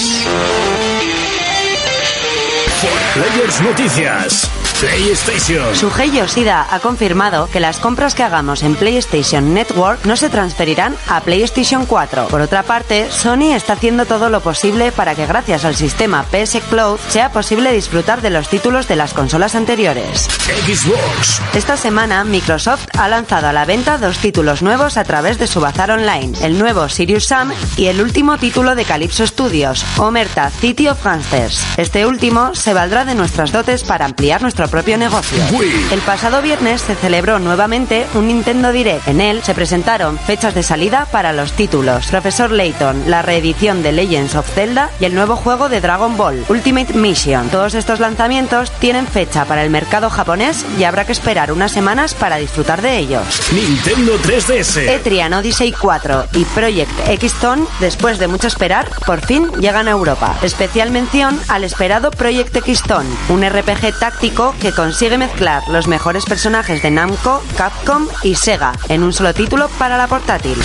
S1: Players Noticias. PlayStation.
S3: Shuhei Yoshida ha confirmado que las compras que hagamos en PlayStation Network no se transferirán a PlayStation 4. Por otra parte, Sony está haciendo todo lo posible para que gracias al sistema PS Cloud sea posible disfrutar de los títulos de las consolas anteriores.
S1: Xbox.
S3: Esta semana, Microsoft ha lanzado a la venta dos títulos nuevos a través de su bazar online, el nuevo Sirius Sam y el último título de Calypso Studios, Omerta City of Hamsters. Este último se valdrá de nuestras dotes para ampliar nuestro propio negocio. El pasado viernes se celebró nuevamente un Nintendo Direct. En él se presentaron fechas de salida para los títulos Profesor Layton, la reedición de Legends of Zelda y el nuevo juego de Dragon Ball, Ultimate Mission. Todos estos lanzamientos tienen fecha para el mercado japonés y habrá que esperar unas semanas para disfrutar de ellos.
S1: Nintendo
S2: Eh.
S1: 3DS.
S3: Etrian Odyssey 4 y Project X-Tone, después de mucho esperar, por fin llegan a Europa. Especial mención al esperado Project X-Tone, un RPG táctico que consigue mezclar los mejores personajes de Namco, Capcom y Sega en un solo título para la portátil.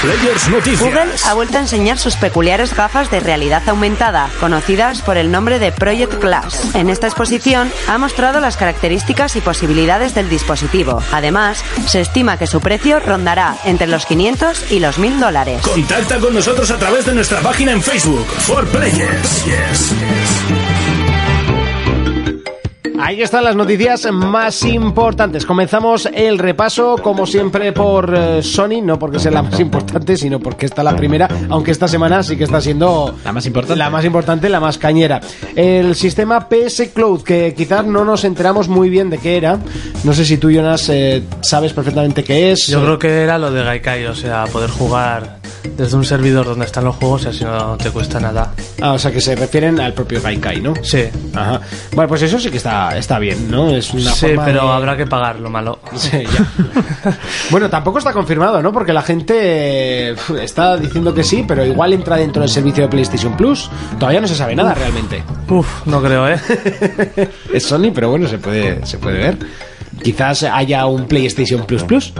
S1: Players Noticias.
S3: Google
S2: ah,
S3: ha vuelto a enseñar sus peculiares gafas de realidad aumentada, conocidas por el nombre de Project Glass. En esta exposición ha mostrado las características y posibilidades del dispositivo. Además, se estima que su precio rondará entre los 500 y los 1000 dólares.
S1: Contacta con nosotros a través de nuestra página en Facebook, For Players.
S2: Ahí están las noticias más importantes. Comenzamos el repaso, como siempre, por eh, Sony, no porque sea la más importante, sino porque está la primera, aunque esta semana sí que está siendo
S4: La más importante.
S2: la más, importante, la más cañera. El sistema PS Cloud, que quizás no nos enteramos muy bien de qué era. No sé si tú, Jonas, eh, sabes perfectamente qué es.
S6: Yo creo que era lo de Gaikai, o sea, poder jugar desde un servidor donde están los juegos y así no te cuesta nada.
S2: Ah, o sea, que se refieren al propio Gaikai, ¿no?
S6: Sí,
S2: Ajá. Bueno, pues eso sí que está, está bien, ¿no? Es una
S6: sí,
S2: forma
S6: pero
S2: de-
S6: habrá que pagar lo malo.
S2: Sí, ya. bueno, tampoco está confirmado, ¿no? Porque la gente eh, está diciendo que sí, pero igual entra dentro del servicio de PlayStation Plus. Todavía no se sabe nada realmente.
S6: Uf, no creo, ¿eh?
S2: Es Sony, pero bueno, se puede, se puede ver. Quizás haya un PlayStation Plus Plus.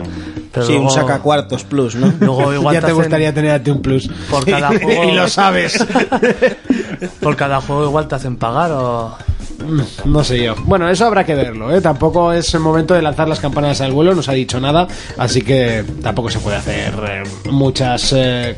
S6: Pero
S5: Sí,
S6: luego-
S5: un sacacuartos plus, ¿no?
S6: Luego igual
S2: ya te
S6: hacen-
S2: gustaría tener a ti un Plus.
S6: Por cada juego.
S2: y lo sabes.
S6: Por cada juego igual te hacen pagar o...
S2: No sé yo. Bueno, eso habrá que verlo, ¿eh? Tampoco es el momento de lanzar las campanas al vuelo, no se ha dicho nada, así que tampoco se puede hacer eh, muchas... eh,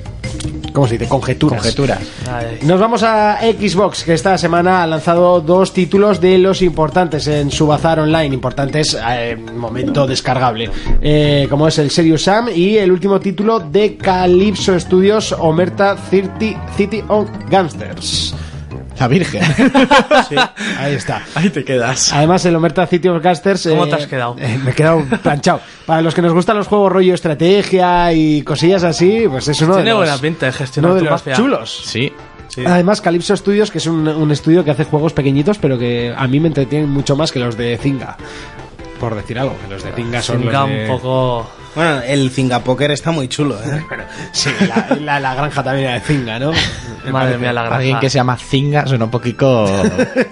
S2: ¿Cómo se dice? Conjeturas.
S4: Conjeturas.
S6: Ay.
S2: Nos vamos a Xbox, que esta semana ha lanzado dos títulos de los importantes en su bazar online. Importantes, eh, momento descargable. Eh, como es el Serious Sam y el último título de Calypso Studios, Omerta 30 City of Gangsters.
S4: La Virgen.
S2: Ahí está.
S4: Ahí te quedas.
S2: Además, el Omerta City of Casters.
S6: ¿Cómo te has quedado?
S2: me he quedado planchado. Para los que nos gustan los juegos rollo estrategia y cosillas así, pues es uno de
S6: Tiene
S2: los,
S6: buena pinta de gestionar
S2: uno de
S6: tu
S2: los
S6: mafia.
S2: chulos.
S4: Sí.
S6: Sí.
S2: Además, Calypso Studios, que es un, un estudio que hace juegos pequeñitos, pero que a mí me entretienen mucho más que los de Zynga. Por decir algo, que los de Zynga son
S6: Tenga
S2: los de-
S6: un poco...
S5: Bueno, el Zingapoker está muy chulo, ¿eh?
S2: Sí, la, la- la granja también era de Zynga, ¿no?
S6: Madre mía, la granja.
S4: Alguien que se llama Zinga suena un poquito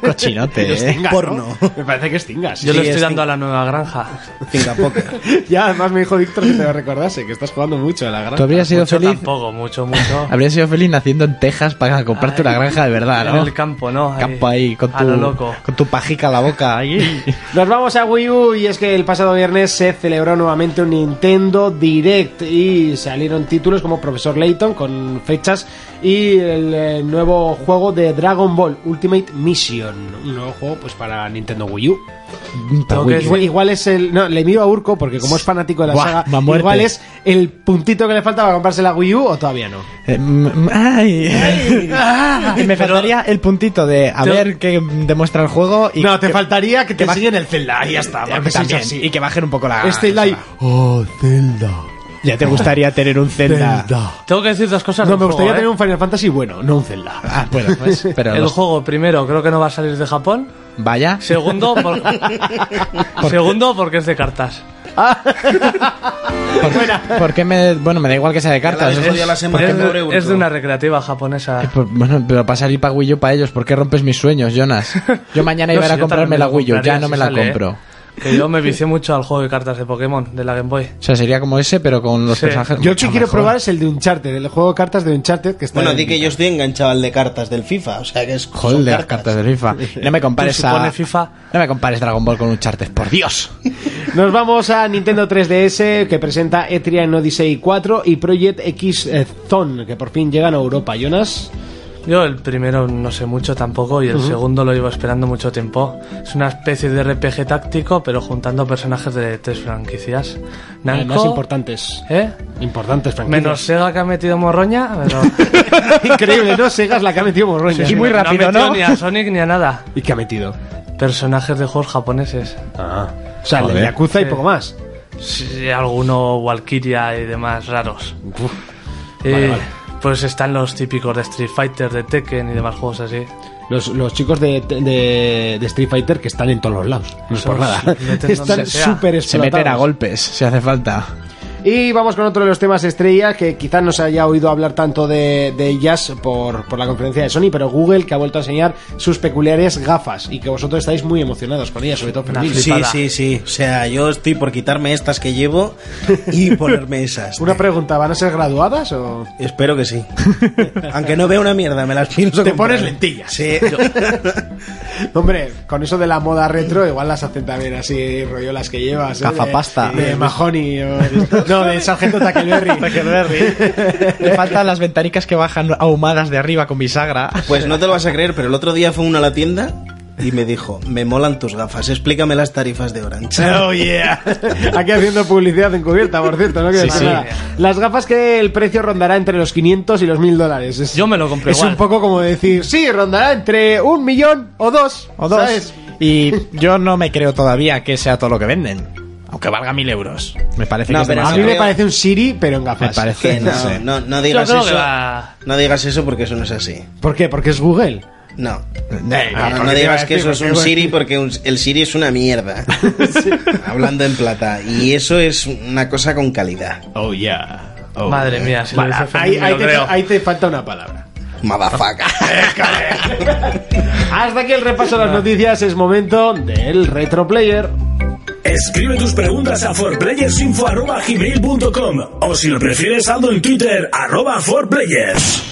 S4: cochinote,
S2: Es
S4: ¿eh?
S2: Zynga, ¿no?
S5: Porno.
S2: Me parece que es Zynga, sí.
S6: Yo le
S5: Sí,
S6: estoy
S5: es
S6: dando a la nueva granja.
S5: Zingapoker.
S2: Ya, además me dijo Víctor que te lo recordase, que estás jugando mucho a la granja.
S4: Tú habrías sido
S6: Mucho
S4: feliz.
S6: tampoco, mucho, mucho.
S4: Habrías sido feliz naciendo en Texas para comprarte
S6: Ay,
S4: una granja de verdad,
S6: En
S4: ¿no?
S6: el campo, ¿no? Ahí,
S4: Campo ahí, con
S6: A
S4: tu,
S6: lo loco.
S4: con tu pajica en la boca. ahí.
S2: Nos vamos a Wii U y es que el pasado viernes se celebró nuevamente un Nintendo Direct y salieron títulos como Profesor Layton con fechas y el eh, nuevo juego de Dragon Ball Ultimate Mission, un nuevo juego pues para Nintendo Wii U.
S6: Tengo
S4: Uy,
S6: que
S2: Igual, igual es el no, le miro a Urco porque como es fanático de la
S4: Buah,
S2: saga,
S4: va a muerte.
S2: igual es el puntito que le falta para comprarse la Wii U o todavía no.
S4: Eh, mm, ay. Ah, y me
S6: Pero-
S4: faltaría el puntito de a
S6: Yo-
S4: ver qué demuestra el juego y
S2: no, te
S4: que-
S2: faltaría que te
S4: que va-
S2: enseñen el Zelda y ya está. porque
S4: eh,
S2: eso es
S4: también,
S2: así.
S4: y que bajen un poco la
S2: Este live
S4: Oh, Zelda. Ya te gustaría tener un Zelda.
S6: Tengo que decir dos cosas.
S2: No,
S6: del
S2: me gustaría
S6: juego,
S2: tener
S6: ¿eh?
S2: un Final Fantasy bueno, no un Zelda.
S4: Ah, bueno, pues, pero
S6: El
S4: los-
S6: juego, primero, creo que no va a salir de Japón.
S4: vaya.
S6: Segundo, por- Segundo porque es de cartas.
S4: ¿Por, por qué me bueno, me da igual que sea de cartas. ¿eh?
S5: la
S4: es-
S5: dejó ya la semana
S6: es,
S5: que
S6: de,
S5: abre, Urco.
S6: es de una recreativa japonesa.
S4: Por- Bueno, pero para salir para Wii U para ellos, ¿por qué rompes mis sueños, Jonas? Yo mañana
S6: No
S4: iba a ir
S6: sé,
S4: a
S6: yo también
S4: comprarme
S6: me
S4: la
S6: lo
S4: Wii U, ya
S6: compraría
S4: no
S6: si
S4: me la
S6: sale, ¿eh?
S4: compro.
S6: Que yo me vicié mucho al juego de cartas de Pokémon de la Game Boy.
S4: O sea, sería como ese, pero con los
S6: Sí.
S2: Yo
S4: personajes.
S2: el que
S4: mucho
S2: quiero
S4: mejor.
S2: probar es el de Uncharted, el juego de cartas de Uncharted que está.
S5: Bueno,
S2: en-
S5: di que yo estoy enganchado al de cartas del FIFA, o sea que es...
S4: Joder,
S5: son
S4: de las cartas de FIFA. No me compares
S6: Tú
S4: a.
S6: supones FIFA.
S4: No me compares Dragon Ball con un por Dios.
S2: Nos vamos a Nintendo 3DS que presenta E Etrian Odyssey 4 y Project X eh, Zone que por fin llegan a Europa. Jonas, eh,
S6: Yo el primero no sé mucho tampoco y el segundo lo llevo esperando mucho tiempo. Es una especie de RPG táctico, pero juntando personajes de tres franquicias.
S2: Además,
S6: Namco,
S2: importantes,
S6: ¿eh?
S2: importantes franquicias.
S6: Menos Sega que ha metido morroña, pero...
S2: increíble, no Sega es la que ha metido Morroña.
S4: Y muy
S6: no ha
S4: rápido,
S6: metido
S4: ¿no?
S6: ni a Sonic ni a nada.
S2: ¿Y qué ha metido?
S6: Personajes de juegos japoneses.
S2: O sea, el de
S4: Joder.
S2: Yakuza y
S6: Sí.
S2: poco más.
S6: Sí, alguno Valkyria y demás raros.
S2: Vale,
S6: Eh,
S2: vale.
S6: Pues están los típicos de Street Fighter, de Tekken y demás juegos así.
S2: Los, los chicos de, de- de Street Fighter que están en todos los lados. No es por
S6: Son-
S2: nada.
S6: meten donde
S2: Están
S6: sea.
S2: súper explotados.
S4: Se meten a golpes, si hace falta.
S2: Y vamos con otro de los temas estrella que quizás no se haya oído hablar tanto de, de ellas por, por la conferencia de Sony, pero Google que ha vuelto a enseñar sus peculiares gafas y que vosotros estáis muy emocionados con ellas, sobre todo Fermín.
S6: Una
S5: Sí,
S6: flipada.
S5: sí, sí. O sea, yo estoy por quitarme estas que llevo y ponerme esas. Eh,
S2: Una pregunta, ¿van a ser graduadas o...?
S5: Espero que sí. Aunque no vea una mierda, me las pienso.
S2: Te
S5: comprar.
S2: pones lentillas.
S5: Sí.
S2: Hombre, con eso de la moda retro igual las hacen también así, rollo las que llevas. ¿eh?
S4: Gafapasta.
S2: De, de Mahoney o... No, de Sargento Tackleberry.
S4: Le faltan las ventanicas que bajan ahumadas de arriba con bisagra.
S5: Pues no te lo vas a creer, pero el otro día fue uno a la tienda y me dijo, me molan tus gafas, explícame las tarifas de Orange.
S2: Oh yeah. Aquí haciendo publicidad encubierta, por cierto, no quiero
S4: Sí,
S2: decir
S4: sí.
S2: nada. Las gafas que el precio rondará entre los 500 y los 1000 dólares. Es-
S6: Yo me lo compré
S2: Es
S6: igual.
S2: un poco como decir, sí, rondará entre un millón o dos.
S4: o dos.
S2: ¿sabes?
S4: Y yo no me creo todavía que sea todo lo que venden. Aunque valga mil euros. Me parece
S5: No,
S4: que es
S5: pero
S2: A
S4: demasiado.
S2: mí me
S5: creo-
S2: parece un Siri, pero en
S4: Me
S2: gafas.
S4: parece,
S5: Que
S4: no,
S5: no,
S4: sé.
S5: no, no
S6: Yo
S5: digas
S6: creo que
S5: eso.
S6: va...
S5: No digas eso porque eso no es así.
S2: ¿Por qué? Porque es Google.
S5: No.
S4: Eh,
S5: No, no
S2: Ah, porque te iba
S5: digas
S2: a
S5: que
S2: decir,
S5: eso es
S2: porque
S5: un
S2: iba a
S5: Siri
S2: decir.
S5: porque un- el Siri es una mierda. Hablando en plata. Y eso es una cosa con calidad.
S4: Oh yeah. Oh,
S6: Madre
S4: yeah.
S6: mía, si
S2: Vale,
S6: lo dice Fermín,
S2: ahí,
S6: me
S2: ahí
S6: lo
S2: te,
S6: creo.
S2: ahí te falta una palabra.
S5: Madafaca.
S6: Eh,
S2: Hasta aquí el repaso de las noticias. Es momento del Retro Player.
S1: Escribe tus preguntas a forplayersinfo.com o si lo prefieres, saldo en Twitter, arroba forplayers.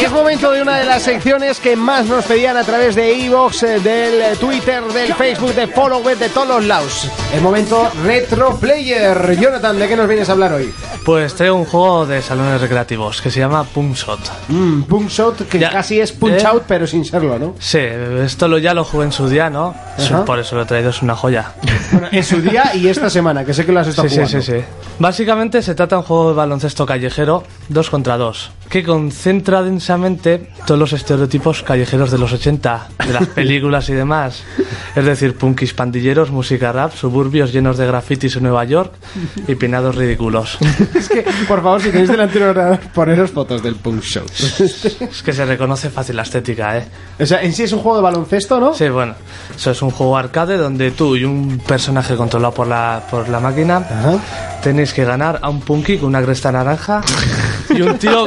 S2: Y es momento de una de las secciones que más nos pedían a través de iVoox, eh, del eh, Twitter, del Facebook, de Followed, de todos los lados. El momento Retro Player. Jonathan, ¿de qué nos vienes a hablar hoy?
S6: Pues traigo un juego de salones recreativos que se llama Pumpshot.
S2: Mm, punch Out, que
S6: Ya.
S2: casi es Punch
S6: ¿Eh?
S2: Out, pero sin serlo, ¿no?
S6: Sí, esto lo, ya lo jugué en su día, ¿no? Es un-
S2: Ajá.
S6: Por eso lo he traído, es una joya.
S2: Bueno, en su día y esta semana, que sé que lo has estado
S6: Sí, sí,
S2: jugando.
S6: sí, sí. Básicamente se trata de un juego de baloncesto callejero dos contra dos, que concentra densamente todos los estereotipos callejeros de los 80, de las películas y demás. Es decir, punkis pandilleros, música rap, suburbios llenos de grafitis en Nueva York y peinados ridículos.
S2: Es que, por favor, si tenéis delante del ordenador, poneros fotos del Punch Out.
S6: Es que se reconoce fácil la estética, ¿eh?
S2: o sea, en sí es un juego de baloncesto, ¿no?
S6: Sí, bueno, eso es un juego arcade donde tú y un personaje controlado por la, por la máquina
S2: Ah. Ajá.
S6: tenéis que ganar a un punky con una cresta naranja y un tío,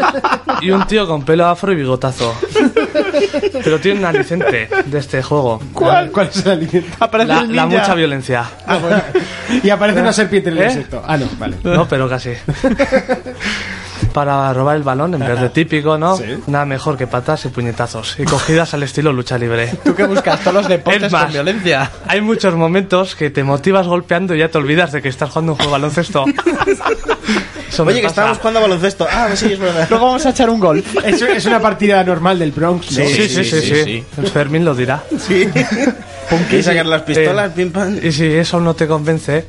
S6: y un tío con pelo afro y bigotazo. Pero tiene un aliciente de este juego.
S2: Ah, ¿Cuál? ¿Cuál es el aliciente?
S7: Aparece
S6: La,
S7: el
S6: la
S7: ninja.
S6: mucha violencia.
S2: Y aparece una serpiente en el
S6: ¿Eh?
S2: insecto. Ah, no, vale.
S6: No, pero casi. Para robar el balón, en vez de típico, ¿no? Nada mejor que patas y puñetazos. Y cogidas al estilo lucha libre.
S4: ¿Tú qué buscas? Todos los
S6: Es
S4: deportes
S6: más.
S4: con violencia.
S6: Hay muchos momentos que te motivas golpeando y ya te olvidas de que estás jugando un juego de baloncesto. Eso me
S5: Oye, que
S6: pasa.
S5: estábamos jugando a baloncesto. Ah, sí, es verdad.
S7: Luego vamos a echar un gol.
S2: Es, es una partida normal del Bronx. ¿no?
S6: Sí, sí, sí, sí,
S4: sí,
S6: sí.
S4: sí.
S6: El Fermín lo dirá.
S5: Sí. Y sacar las pistolas,
S6: Eh,
S5: pim pam.
S6: Y si eso aún no te convence,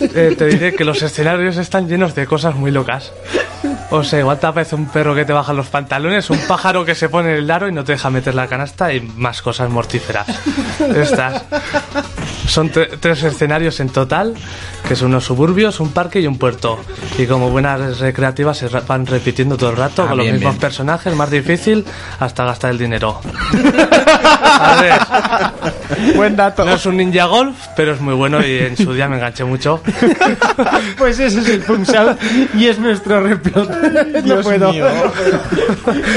S6: eh, te diré que los escenarios están llenos de cosas muy locas. O sea, igual te aparece un perro que te baja los pantalones, un pájaro que se pone en el aro y no te deja meter la canasta y más cosas mortíferas. Estas. Son tre- tres escenarios en total, que son unos suburbios, un parque y un puerto. Y como buenas recreativas se ra- van repitiendo todo el rato
S4: Ah,
S6: con los
S4: bien,
S6: mismos
S4: bien.
S6: personajes, más difícil, hasta gastar el dinero. A ver,
S7: Buen dato.
S6: no es un ninja golf, pero es muy bueno y en su día me enganché mucho.
S2: Pues ese es el Punch Out y es nuestro replo. no
S7: Dios
S2: puedo.
S7: mío.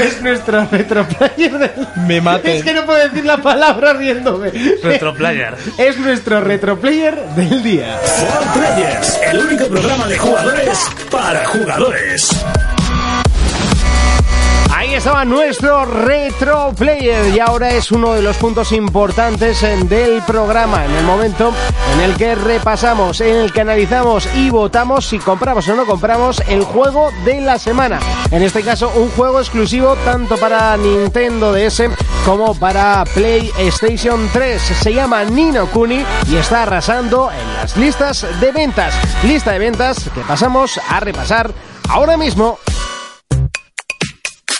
S2: Es nuestro retro player del-
S7: Me maten.
S2: Es que no puedo decir la palabra riéndome.
S6: Retro player.
S2: Es nuestro retro player del día.
S1: Forplayers, el único programa de jugadores para jugadores.
S2: Ahí estaba nuestro retro player y ahora es uno de los puntos importantes en- del programa, en el momento en el que repasamos, en el que analizamos y votamos si compramos o no compramos el juego de la semana. En este caso, un juego exclusivo tanto para Nintendo DS como para PlayStation 3. Se llama Nino Kuni y está arrasando en las listas de ventas. Lista de ventas que pasamos a repasar ahora mismo.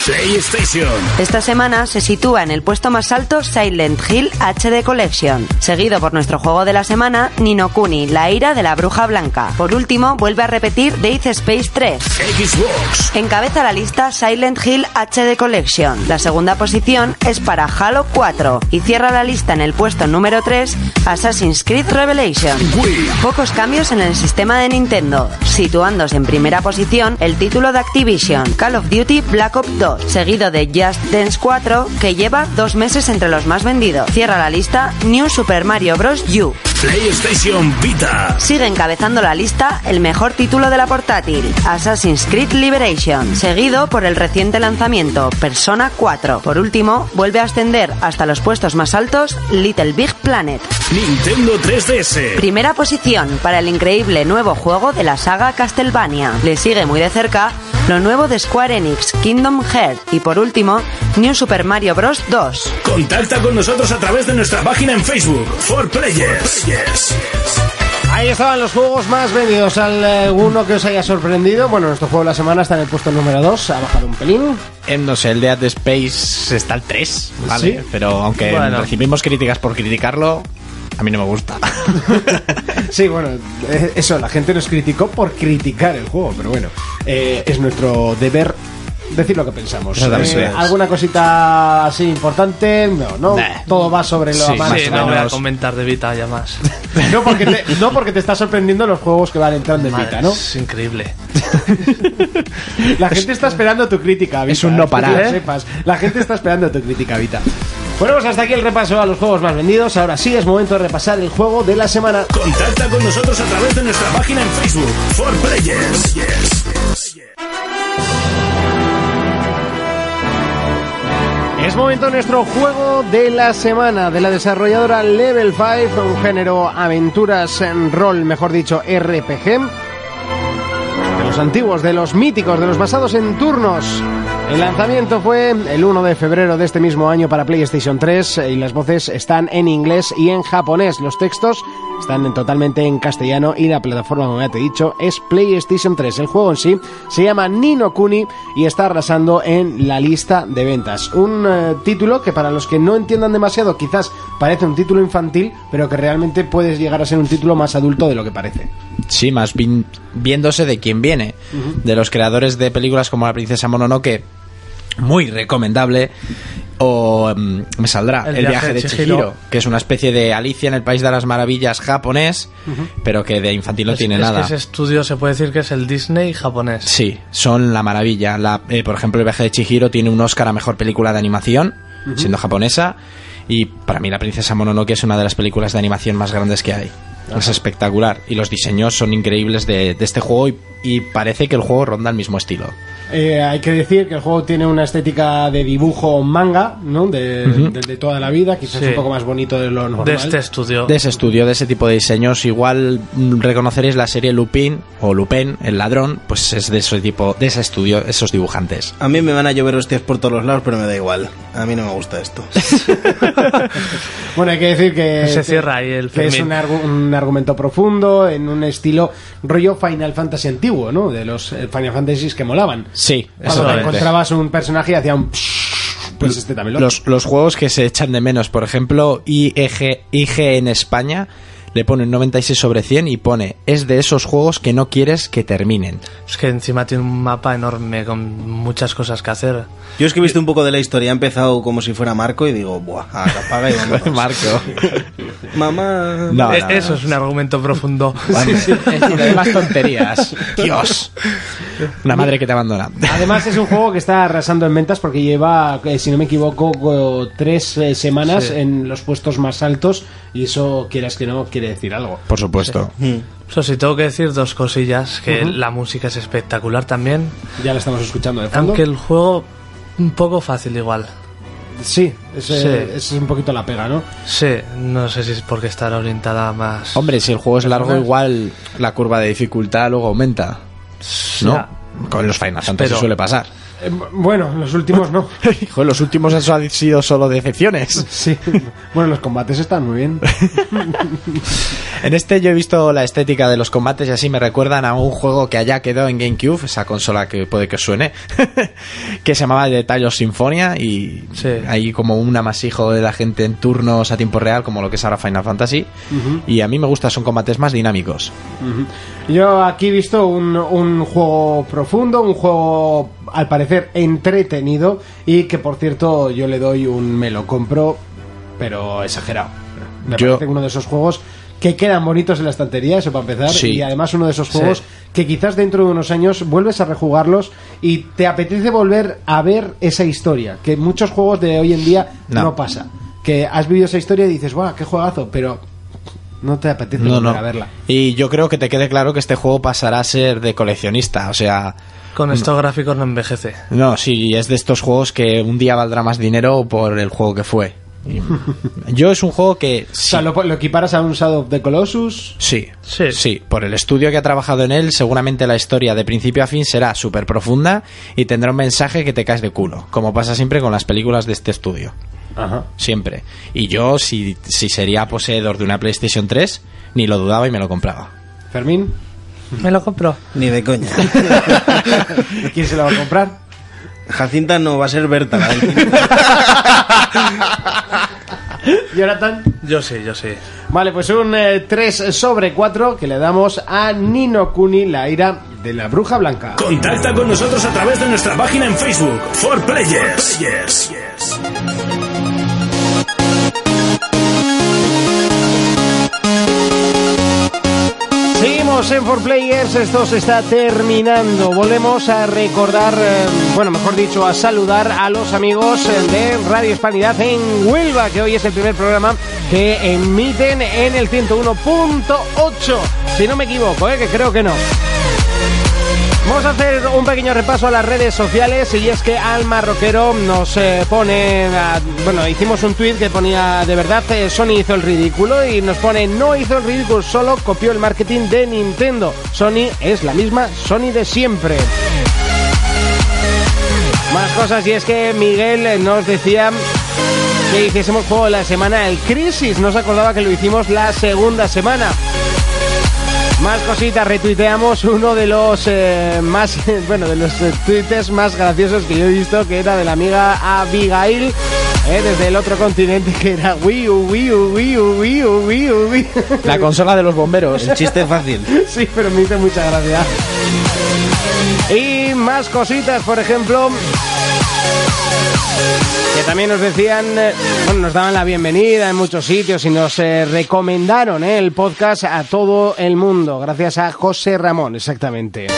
S1: PlayStation,
S3: Esta semana se sitúa en el puesto más alto Silent Hill HD Collection, seguido por nuestro juego de la semana Nino Kuni, La ira de la bruja blanca. Por último, vuelve a repetir Dead Space 3.
S1: Xbox,
S3: Encabeza la lista Silent Hill HD Collection. La segunda posición es para Halo 4 y cierra la lista en el puesto número 3 Assassin's Creed Revelation.
S1: Wii,
S3: Pocos cambios en el sistema de Nintendo, situándose en primera posición el título de Activision, Call of Duty Black Ops 2, seguido de Just Dance 4, que lleva dos meses entre los más vendidos. Cierra la lista New Super Mario Bros. U.
S1: PlayStation Vita,
S3: Sigue encabezando la lista el mejor título de la portátil, Assassin's Creed Liberation, seguido por el reciente lanzamiento Persona 4. Por último, vuelve a ascender hasta los puestos más altos Little Big Planet.
S1: Nintendo 3DS,
S3: Primera posición para el increíble nuevo juego de la saga Castlevania. Le sigue muy de cerca lo nuevo de Square Enix, Kingdom Hearts y por último, New Super Mario Bros. 2.
S1: Contacta con nosotros a través de nuestra página en Facebook, For Players.
S2: Ahí estaban los juegos más vendidos. ¿Alguno que os haya sorprendido? Bueno, nuestro juego de la semana está en el puesto número 2. Ha bajado un pelín.
S4: Eh, no sé, el Dead Space está al 3, ¿vale?
S2: Sí.
S4: Pero aunque
S6: Bueno.
S4: recibimos críticas por criticarlo, a mí no me gusta.
S2: Sí, bueno, eh, eso, la gente nos criticó por criticar el juego, pero bueno, eh, es nuestro deber decir lo que pensamos.
S4: Exactamente.
S2: Eh, ¿Alguna cosita así importante? No, no.
S4: Nah.
S2: Todo va sobre lo
S4: Sí,
S2: más
S4: más
S6: Sí,
S4: o
S6: no voy a
S4: menos.
S6: comentar de Vita ya más.
S2: No porque, te, no porque te está sorprendiendo los juegos que van entrando en
S6: Madre,
S2: Vita, ¿no?
S6: Es increíble.
S2: La gente está esperando tu crítica, Vita.
S4: Es un no
S2: eh, que
S4: parar,
S2: lo
S4: ¿eh?
S2: sepas. La gente está esperando tu crítica, Vita. Bueno, pues hasta aquí el repaso a los juegos más vendidos. Ahora sí es momento de repasar el juego de la semana.
S1: Contacta con nosotros a través de nuestra página en Facebook, For Players.
S2: Es momento de nuestro juego de la semana de la desarrolladora Level 5, un género aventuras en rol, mejor dicho RPG, de los antiguos, de los míticos, de los basados en turnos. El lanzamiento fue el 1 de febrero de este mismo año para PlayStation 3 eh, y las voces están en inglés y en japonés. Los textos están en- totalmente en castellano y la plataforma, como ya te he dicho, es PlayStation 3. El juego en sí se llama Nino Kuni y está arrasando en la lista de ventas. Un eh, título que para los que no entiendan demasiado quizás parece un título infantil, pero que realmente puedes llegar a ser un título más adulto de lo que parece.
S4: Sí, más bien viéndose de quién viene. De los creadores de películas como La Princesa Mononoke, muy recomendable. O mm, me saldrá El, viaje, de Chihiro, que es una especie de Alicia en el País de las Maravillas japonés, pero que de infantil no
S6: Es-
S4: tiene
S6: es que
S4: nada.
S6: ese estudio se puede decir que es el Disney japonés.
S4: Sí, son la maravilla. La, eh, por ejemplo, El viaje de Chihiro tiene un Oscar a mejor película de animación, siendo japonesa. Y para mí, La Princesa Mononoke es una de las películas de animación más grandes que hay. Es espectacular. Y los diseños son increíbles de, de este juego. Y, y parece que el juego ronda el mismo estilo.
S2: Eh, hay que decir que el juego tiene una estética de dibujo manga, ¿no? De, de- de toda la vida, quizás
S6: Sí.
S2: un poco más bonito de lo normal.
S6: De este estudio.
S4: De ese estudio, de ese tipo de diseños, igual mm, reconoceréis la serie Lupin o Lupin, el ladrón, pues es de ese tipo, de ese estudio, esos dibujantes.
S5: A mí me van a llover hostias por todos los lados, pero me da igual. A mí no me gusta esto.
S2: Bueno, hay que decir que...
S6: Se cierra ahí el
S2: que es
S6: Fermín.
S2: un, argu- un argumento profundo, en un estilo rollo Final Fantasy antiguo, ¿no? De los eh, Final Fantasies que molaban.
S4: Sí,
S2: Cuando te
S6: exactamente.
S2: encontrabas un personaje y hacía un... Pues este también lo
S4: Los, los juegos que se echan de menos, por ejemplo, IG, IG en España le pone un 96 sobre 100 y pone es de esos juegos que no quieres que terminen.
S6: Es que encima tiene un mapa enorme con muchas cosas que hacer.
S5: Yo es que he visto un poco de la historia. He empezado como si fuera Marco y digo, buah, apaga y vámonos.
S4: Marco.
S5: Mamá.
S4: No,
S6: Eh,
S4: no,
S6: Eso
S4: no.
S6: es un argumento profundo.
S4: Es más tonterías. Dios. Una madre que te abandona.
S2: Además es un juego que está arrasando en ventas porque lleva, eh, si no me equivoco, co- tres eh, semanas en los puestos más altos y eso, quieras que no, quiere decir algo.
S4: Por supuesto.
S6: Eso sí, tengo que decir dos cosillas, que la música es espectacular también,
S2: Ya lo estamos escuchando de fondo.
S6: aunque el juego un poco fácil igual.
S2: Sí, es, eh,
S6: Sí.
S2: es un poquito la pega, ¿no?
S6: Sí, no sé si es porque estará orientada más...
S4: Hombre, si el juego es largo, igual la curva de dificultad luego aumenta.
S6: Ya.
S4: ¿No? Con los Final Fantasy
S6: Pero-
S4: suele pasar.
S2: Eh, bu- bueno, los últimos no.
S4: Joder, los últimos eso han sido solo decepciones.
S2: Sí. Bueno, los combates están muy bien.
S4: En este yo he visto la estética de los combates y así me recuerdan a un juego que allá quedó en GameCube, esa consola que puede que os suene, que se llamaba Detallos Sinfonia y
S6: Sí.
S4: hay como un amasijo de la gente en turnos a tiempo real, como lo que es ahora Final Fantasy. Y a mí me gusta, son combates más dinámicos.
S2: Yo aquí he visto un, un juego profundo, un juego al parecer entretenido y que por cierto yo le doy un me lo compro, pero exagerado. Me
S4: Yo-
S2: parece uno de esos juegos que quedan bonitos en la estantería, eso para empezar,
S4: Sí.
S2: y además uno de esos juegos que quizás dentro de unos años vuelves a rejugarlos y te apetece volver a ver esa historia, que muchos juegos de hoy en día no,
S4: No.
S2: pasa. Que has vivido esa historia y dices, ¡guau, qué juegazo! Pero no te apetece
S4: No,
S2: volver
S4: no.
S2: a verla.
S4: Y yo creo que te quede claro que este juego pasará a ser de coleccionista, o sea...
S6: Con estos gráficos no envejece.
S4: No, sí, es de estos juegos que un día valdrá más dinero por el juego que fue. Yo es un juego que
S2: O
S4: sí,
S2: sea, lo, lo equiparas a un Shadow of the Colossus.
S4: sí,
S6: Sí.
S4: sí, por el estudio que ha trabajado en él, seguramente la historia de principio a fin será súper profunda y tendrá un mensaje que te caes de culo, como pasa siempre con las películas de este estudio.
S2: Ajá.
S4: Siempre. Y yo, si, si sería poseedor de una PlayStation 3, ni lo dudaba y me lo compraba.
S2: Fermín,
S6: Me lo compro.
S5: Ni de coña.
S2: ¿quién se la va a comprar?
S5: Jacinta no va a ser Berta. la del cine.
S2: Jonathan.
S6: Yo sí, yo sí.
S2: Vale, pues un 3 sobre 4 que le damos a Nino Kuni, la ira de la bruja blanca.
S1: Contacta con nosotros a través de nuestra página en Facebook, For Players. Players.
S2: Seguimos en 4Players, esto se está terminando. Volvemos a recordar, eh, bueno, mejor dicho, a saludar a los amigos eh, de Radio Hispanidad en Huelva, que hoy es el primer programa que emiten en el 101.8. Si no me equivoco, eh, que creo que no. Vamos a hacer un pequeño repaso a las redes sociales y es que Alma Roquero nos eh, pone, a- bueno, hicimos un tuit que ponía de verdad eh, Sony hizo el ridículo y nos pone no hizo el ridículo, solo copió el marketing de Nintendo. Sony es la misma Sony de siempre. Más cosas y es que Miguel eh, nos decía que hiciésemos juego de la semana el Crisis, nos acordaba que lo hicimos la segunda semana. Más cositas, retuiteamos uno de los eh, más, bueno, de los eh, tuites más graciosos que yo he visto, que era de la amiga Abigail, eh, desde el otro continente, que era Wii U, Wii U, Wii U, Wii U, Wii U, Wii U.
S4: La consola de los bomberos.
S5: El chiste es fácil.
S2: Sí, pero me hizo mucha gracia. Y más cositas, por ejemplo, que también nos decían, eh, bueno, nos daban la bienvenida en muchos sitios y nos eh, recomendaron eh, el podcast a todo el mundo, gracias a José Ramón, exactamente.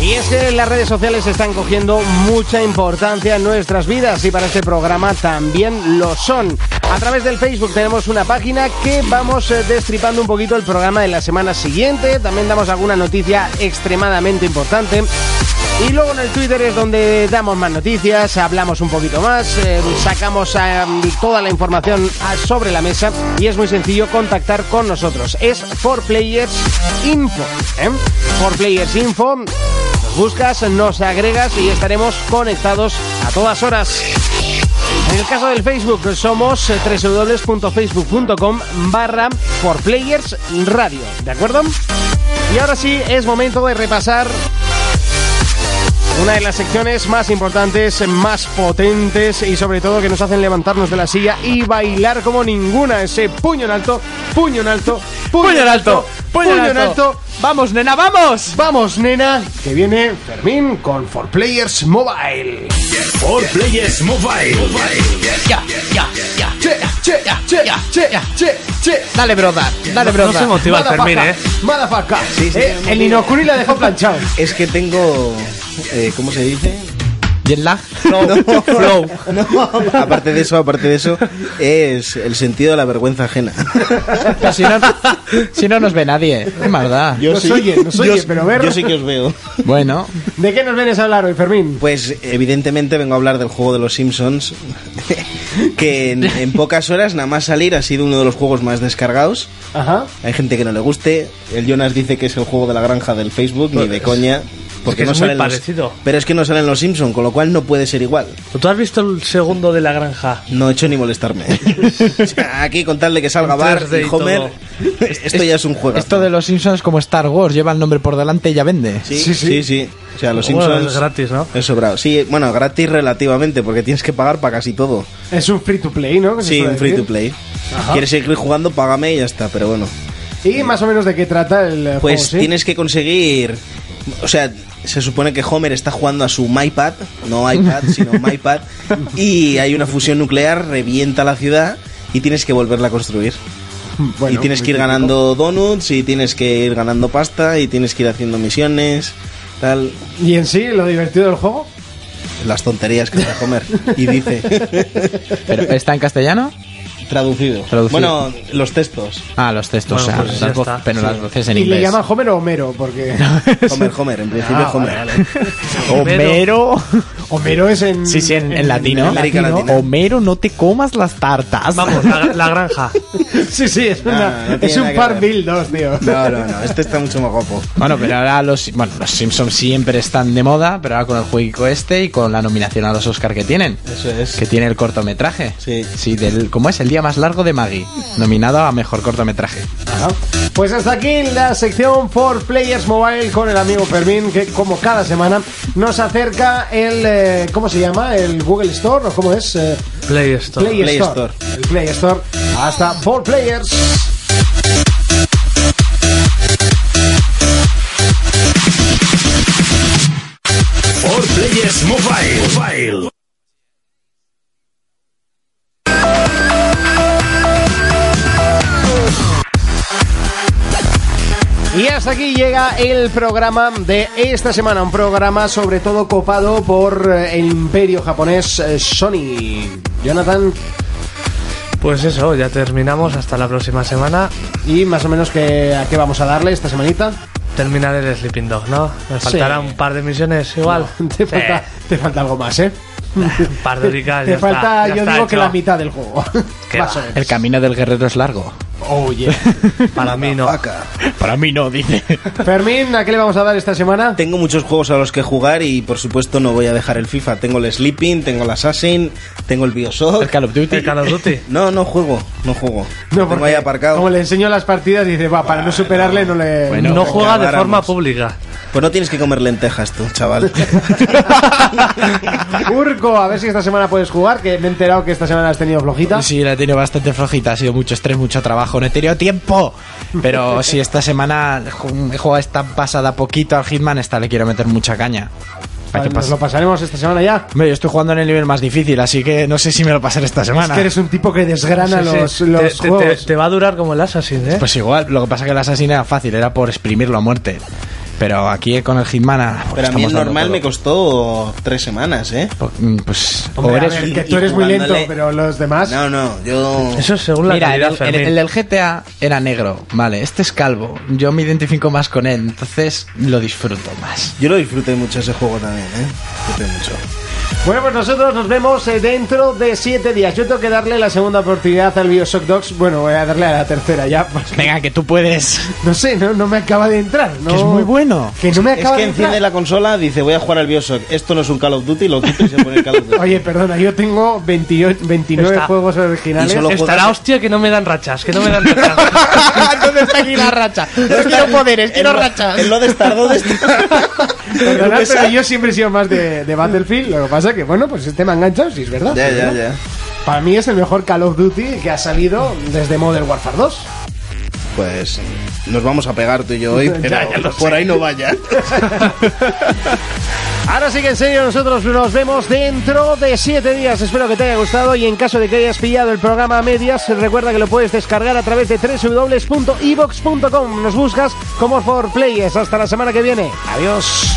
S2: Y es que las redes sociales están cogiendo mucha importancia en nuestras vidas y para este programa también lo son. A través del Facebook tenemos una página que vamos eh, destripando un poquito el programa de la semana siguiente. También damos alguna noticia extremadamente importante. Y luego en el Twitter es donde damos más noticias, hablamos un poquito más, eh, sacamos eh, toda la información a- sobre la mesa y es muy sencillo contactar con nosotros. Es 4Players Info. ¿eh? 4Players Info. Nos buscas, nos agregas y estaremos conectados a todas horas. En el caso del Facebook somos eh, www.facebook.com barra por Players Radio, ¿de acuerdo? Y ahora sí es momento de repasar una de las secciones más importantes, más potentes y sobre todo que nos hacen levantarnos de la silla y bailar como ninguna. Ese puño en alto, puño en alto,
S7: ¡Puño en alto!
S2: puño en alto.
S7: ¡Vamos, nena, vamos!
S2: Vamos, nena, que viene Fermín con For Players Mobile.
S1: For Players Mobile. Mobile.
S7: Ya, ya, ya. Che, che, che, che, che, che. Dale, brother. Dale, brother.
S6: No se motiva el Fermín, ¿eh?
S2: Madafaca.
S5: Sí, sí,
S2: Eh,
S5: sí,
S2: el
S5: sí.
S2: Inokuni la dejó planchado.
S5: Es que tengo. eh, ¿Cómo se dice?
S4: Jet lag.
S5: No, flow. Aparte de eso, aparte de eso, es el sentido de la vergüenza ajena.
S4: Pero si, no, si no nos ve nadie. Qué maldad.
S5: Yo
S2: Nos oye, nos Pues oye,
S5: yo-
S2: pero ver-
S5: Yo sí que os veo.
S4: Bueno,
S2: ¿De qué nos vienes a hablar hoy, Fermín?
S5: Pues evidentemente vengo a hablar del juego de los Simpsons, que en, en pocas horas nada más salir ha sido uno de los juegos más descargados.
S2: Ajá.
S5: Hay gente que no le guste. El Jonas dice que es el juego de la granja del Facebook, ni de coña. Porque
S6: es
S5: no
S6: muy
S5: salen los-
S6: parecido.
S5: pero es que no salen los Simpsons, con lo cual no puede ser igual.
S6: ¿Tú has visto el segundo de la granja?
S5: No he hecho ni molestarme. O sea, aquí contarle que salga
S6: En
S5: Bart
S6: 3D
S5: y
S6: y
S5: Homer. Esto ya es un juego.
S4: esto de los Simpsons es como Star Wars, lleva el nombre por delante y ya vende.
S5: Sí, sí, sí. O sea, los
S6: Bueno,
S5: Simpsons.
S6: es gratis, ¿no?
S5: Es sobrado. Sí, bueno, gratis relativamente, porque tienes que pagar para casi todo.
S2: Es un free to play, ¿no? Que se
S5: Sí,
S2: suele
S5: un free to
S2: decir.
S5: play. ¿Quieres seguir jugando? Págame y ya está, pero bueno.
S2: ¿Y más o menos de qué trata el eh,
S5: Pues
S2: juego? sí?
S5: tienes que conseguir. O sea, se supone que Homer está jugando a su MyPad, no iPad, sino MyPad, y hay una fusión nuclear, revienta la ciudad y tienes que volverla a construir.
S2: Bueno,
S5: y tienes
S2: muy
S5: que ir
S2: típico.
S5: ganando donuts, y tienes que ir ganando pasta, y tienes que ir haciendo misiones, tal.
S2: ¿Y en sí lo divertido del juego?
S5: Las tonterías que hace Homer. Y dice:
S4: Pero, ¿Está en castellano?
S5: Traducido.
S4: Traducido.
S5: Bueno, los textos.
S4: Ah, los textos,
S6: Bueno,
S4: o sea,
S6: pues ya
S4: las voces,
S6: está.
S4: pero las voces en
S2: Y le
S4: inglés.
S2: llama Homer o Homero, porque
S5: Homer, Homer, en principio Homer.
S4: Homero.
S2: Homero es en.
S4: Sí, sí, en, en latino.
S5: América Latina.
S4: Homero, no te comas las tartas.
S6: Vamos, la, la granja.
S2: Sí, sí, es,
S5: No,
S2: una-
S5: no, no tiene
S2: es un
S5: nada que
S2: par
S5: ver.
S2: mil dos, tío.
S5: No, no, no, este está mucho más guapo.
S4: Bueno, pero ahora los, bueno, los Simpsons siempre están de moda, pero ahora con el jueguico este y con la nominación a los Oscar que tienen.
S5: Eso es.
S4: Que tiene el cortometraje.
S5: Sí.
S4: Sí, del, ¿cómo es? El día más largo de Maggie. Nominado a mejor cortometraje.
S2: Pues hasta aquí la sección por Players Mobile con el amigo Fermín, que como cada semana nos acerca el. eh, ¿Cómo se llama? ¿El Google Store? ¿O cómo es? Eh,
S6: Play esto.
S2: Play,
S5: Play
S2: Store. El Play Store. Hasta por Players.
S1: For Players Mobile. Mobile.
S2: Y hasta aquí llega el programa de esta semana, un programa sobre todo copado por eh, el imperio japonés eh, Sony. Jonathan,
S6: Pues eso, ya terminamos. Hasta la próxima semana.
S2: y más o menos que, a qué vamos a darle esta semanita.
S6: Terminar el Sleeping Dog, ¿no? Me faltará
S2: Sí.
S6: un par de misiones igual.
S2: Te, falta, te falta algo más, ¿eh?
S6: Sí, un par de horicas,
S2: te
S6: ya
S2: falta,
S6: está, ya
S2: yo
S6: está
S2: digo que
S6: hecho.
S2: la mitad del juego.
S6: Qué
S2: Más o
S6: va.
S2: menos.
S4: El camino del guerrero es largo.
S2: Oh, yeah.
S6: Para mí no.
S5: Vaca.
S4: Para mí no, dice.
S2: Fermín, ¿a qué le vamos a dar esta semana?
S5: Tengo muchos juegos a los que jugar y por supuesto no voy a dejar el FIFA. Tengo el Sleeping, tengo el Assassin, tengo el
S4: El
S5: Bioshock.
S4: Call of Duty.
S6: El Call of Duty.
S5: No, no juego, no juego. No, tengo
S2: porque
S5: ahí aparcado.
S2: Como le enseño las partidas, dice, va, para no superarle, no le.
S4: Bueno.
S6: no juega de
S5: acabáramos.
S6: forma pública.
S5: Pues no tienes que comer lentejas tú, chaval.
S2: Urco, a ver si esta semana puedes jugar, que me he enterado que esta semana has tenido flojita.
S4: Sí, la he tenido bastante flojita, ha sido mucho estrés, mucho trabajo, no he tenido tiempo. Pero si esta semana ju- he jugado esta pasada poquito al Hitman, esta le quiero meter mucha caña. ¿Para
S2: Vale, nos
S4: qué pasa?
S2: lo pasaremos esta semana ya.
S4: Hombre, yo estoy jugando en el nivel más difícil, así que no sé si me lo pasaré esta
S2: Es
S4: semana.
S2: que eres un tipo que desgrana
S6: Sí, sí.
S2: los,
S6: Te-
S2: los
S6: te,
S2: juegos.
S6: te- te va a durar como el Assassin, ¿eh?
S4: Pues igual, lo que pasa es que el asesino era fácil, era por exprimirlo a muerte. Pero aquí con el Hitman... ah,
S5: Pero a mí
S4: estamos
S5: el
S4: dando
S5: normal
S4: todo.
S5: me costó tres semanas, ¿eh?
S4: Po- mm, Pues...
S2: Hombre,
S4: o
S2: a
S4: eres-
S2: ver,
S5: y-
S2: que
S5: y
S2: tú eres muy lento,
S5: jugándole-
S2: pero los demás.
S5: No, no, yo...
S6: Eso es según la
S4: Mira, el,
S6: calidad,
S4: el-
S6: Fermín.
S4: el del GTA era negro, vale, este es calvo, yo me identifico más con él, entonces lo disfruto más.
S5: Yo lo disfruté mucho ese juego también, ¿eh? Disfruté mucho.
S2: Bueno, pues nosotros nos vemos eh, dentro de siete días. Yo tengo que darle la segunda oportunidad al Bioshock Dogs. Bueno, voy a darle a la tercera ya. porque
S4: Venga, que tú puedes.
S2: No sé, no, no me acaba de entrar. No,
S4: Que es muy bueno.
S2: Que no me
S5: Es
S2: acaba
S5: que
S2: de entrar.
S5: enciende la consola, dice voy a jugar al Bioshock. Esto no es un Call of Duty, lo quito y se pone el Call of Duty.
S2: Oye, perdona, yo tengo 28, 29
S6: Está.
S2: juegos originales.
S5: Y solo-
S6: Estará hostia que no me dan rachas, que no me dan rachas.
S4: ¿Dónde está aquí la racha? No quiero poderes, quiero rachas.
S5: El lo de Star, ¿dónde está?
S2: Perdonad, pero yo siempre he sido más de, de Battlefield. Lo que pasa que, bueno, pues este me ha enganchado, si es verdad.
S5: ya,
S2: sí,
S5: ya,
S2: ¿verdad?
S5: ya.
S2: Para mí es el mejor Call of Duty que ha salido desde Modern Warfare 2.
S5: Pues nos vamos a pegar tú y yo hoy, pero por ahí no vaya.
S2: Ahora sí que en serio, nosotros nos vemos dentro de 7 días. Espero que te haya gustado y en caso de que hayas pillado el programa a medias, recuerda que lo puedes descargar a través de www.evox.com. Nos buscas como For Players. Hasta la semana que viene. Adiós.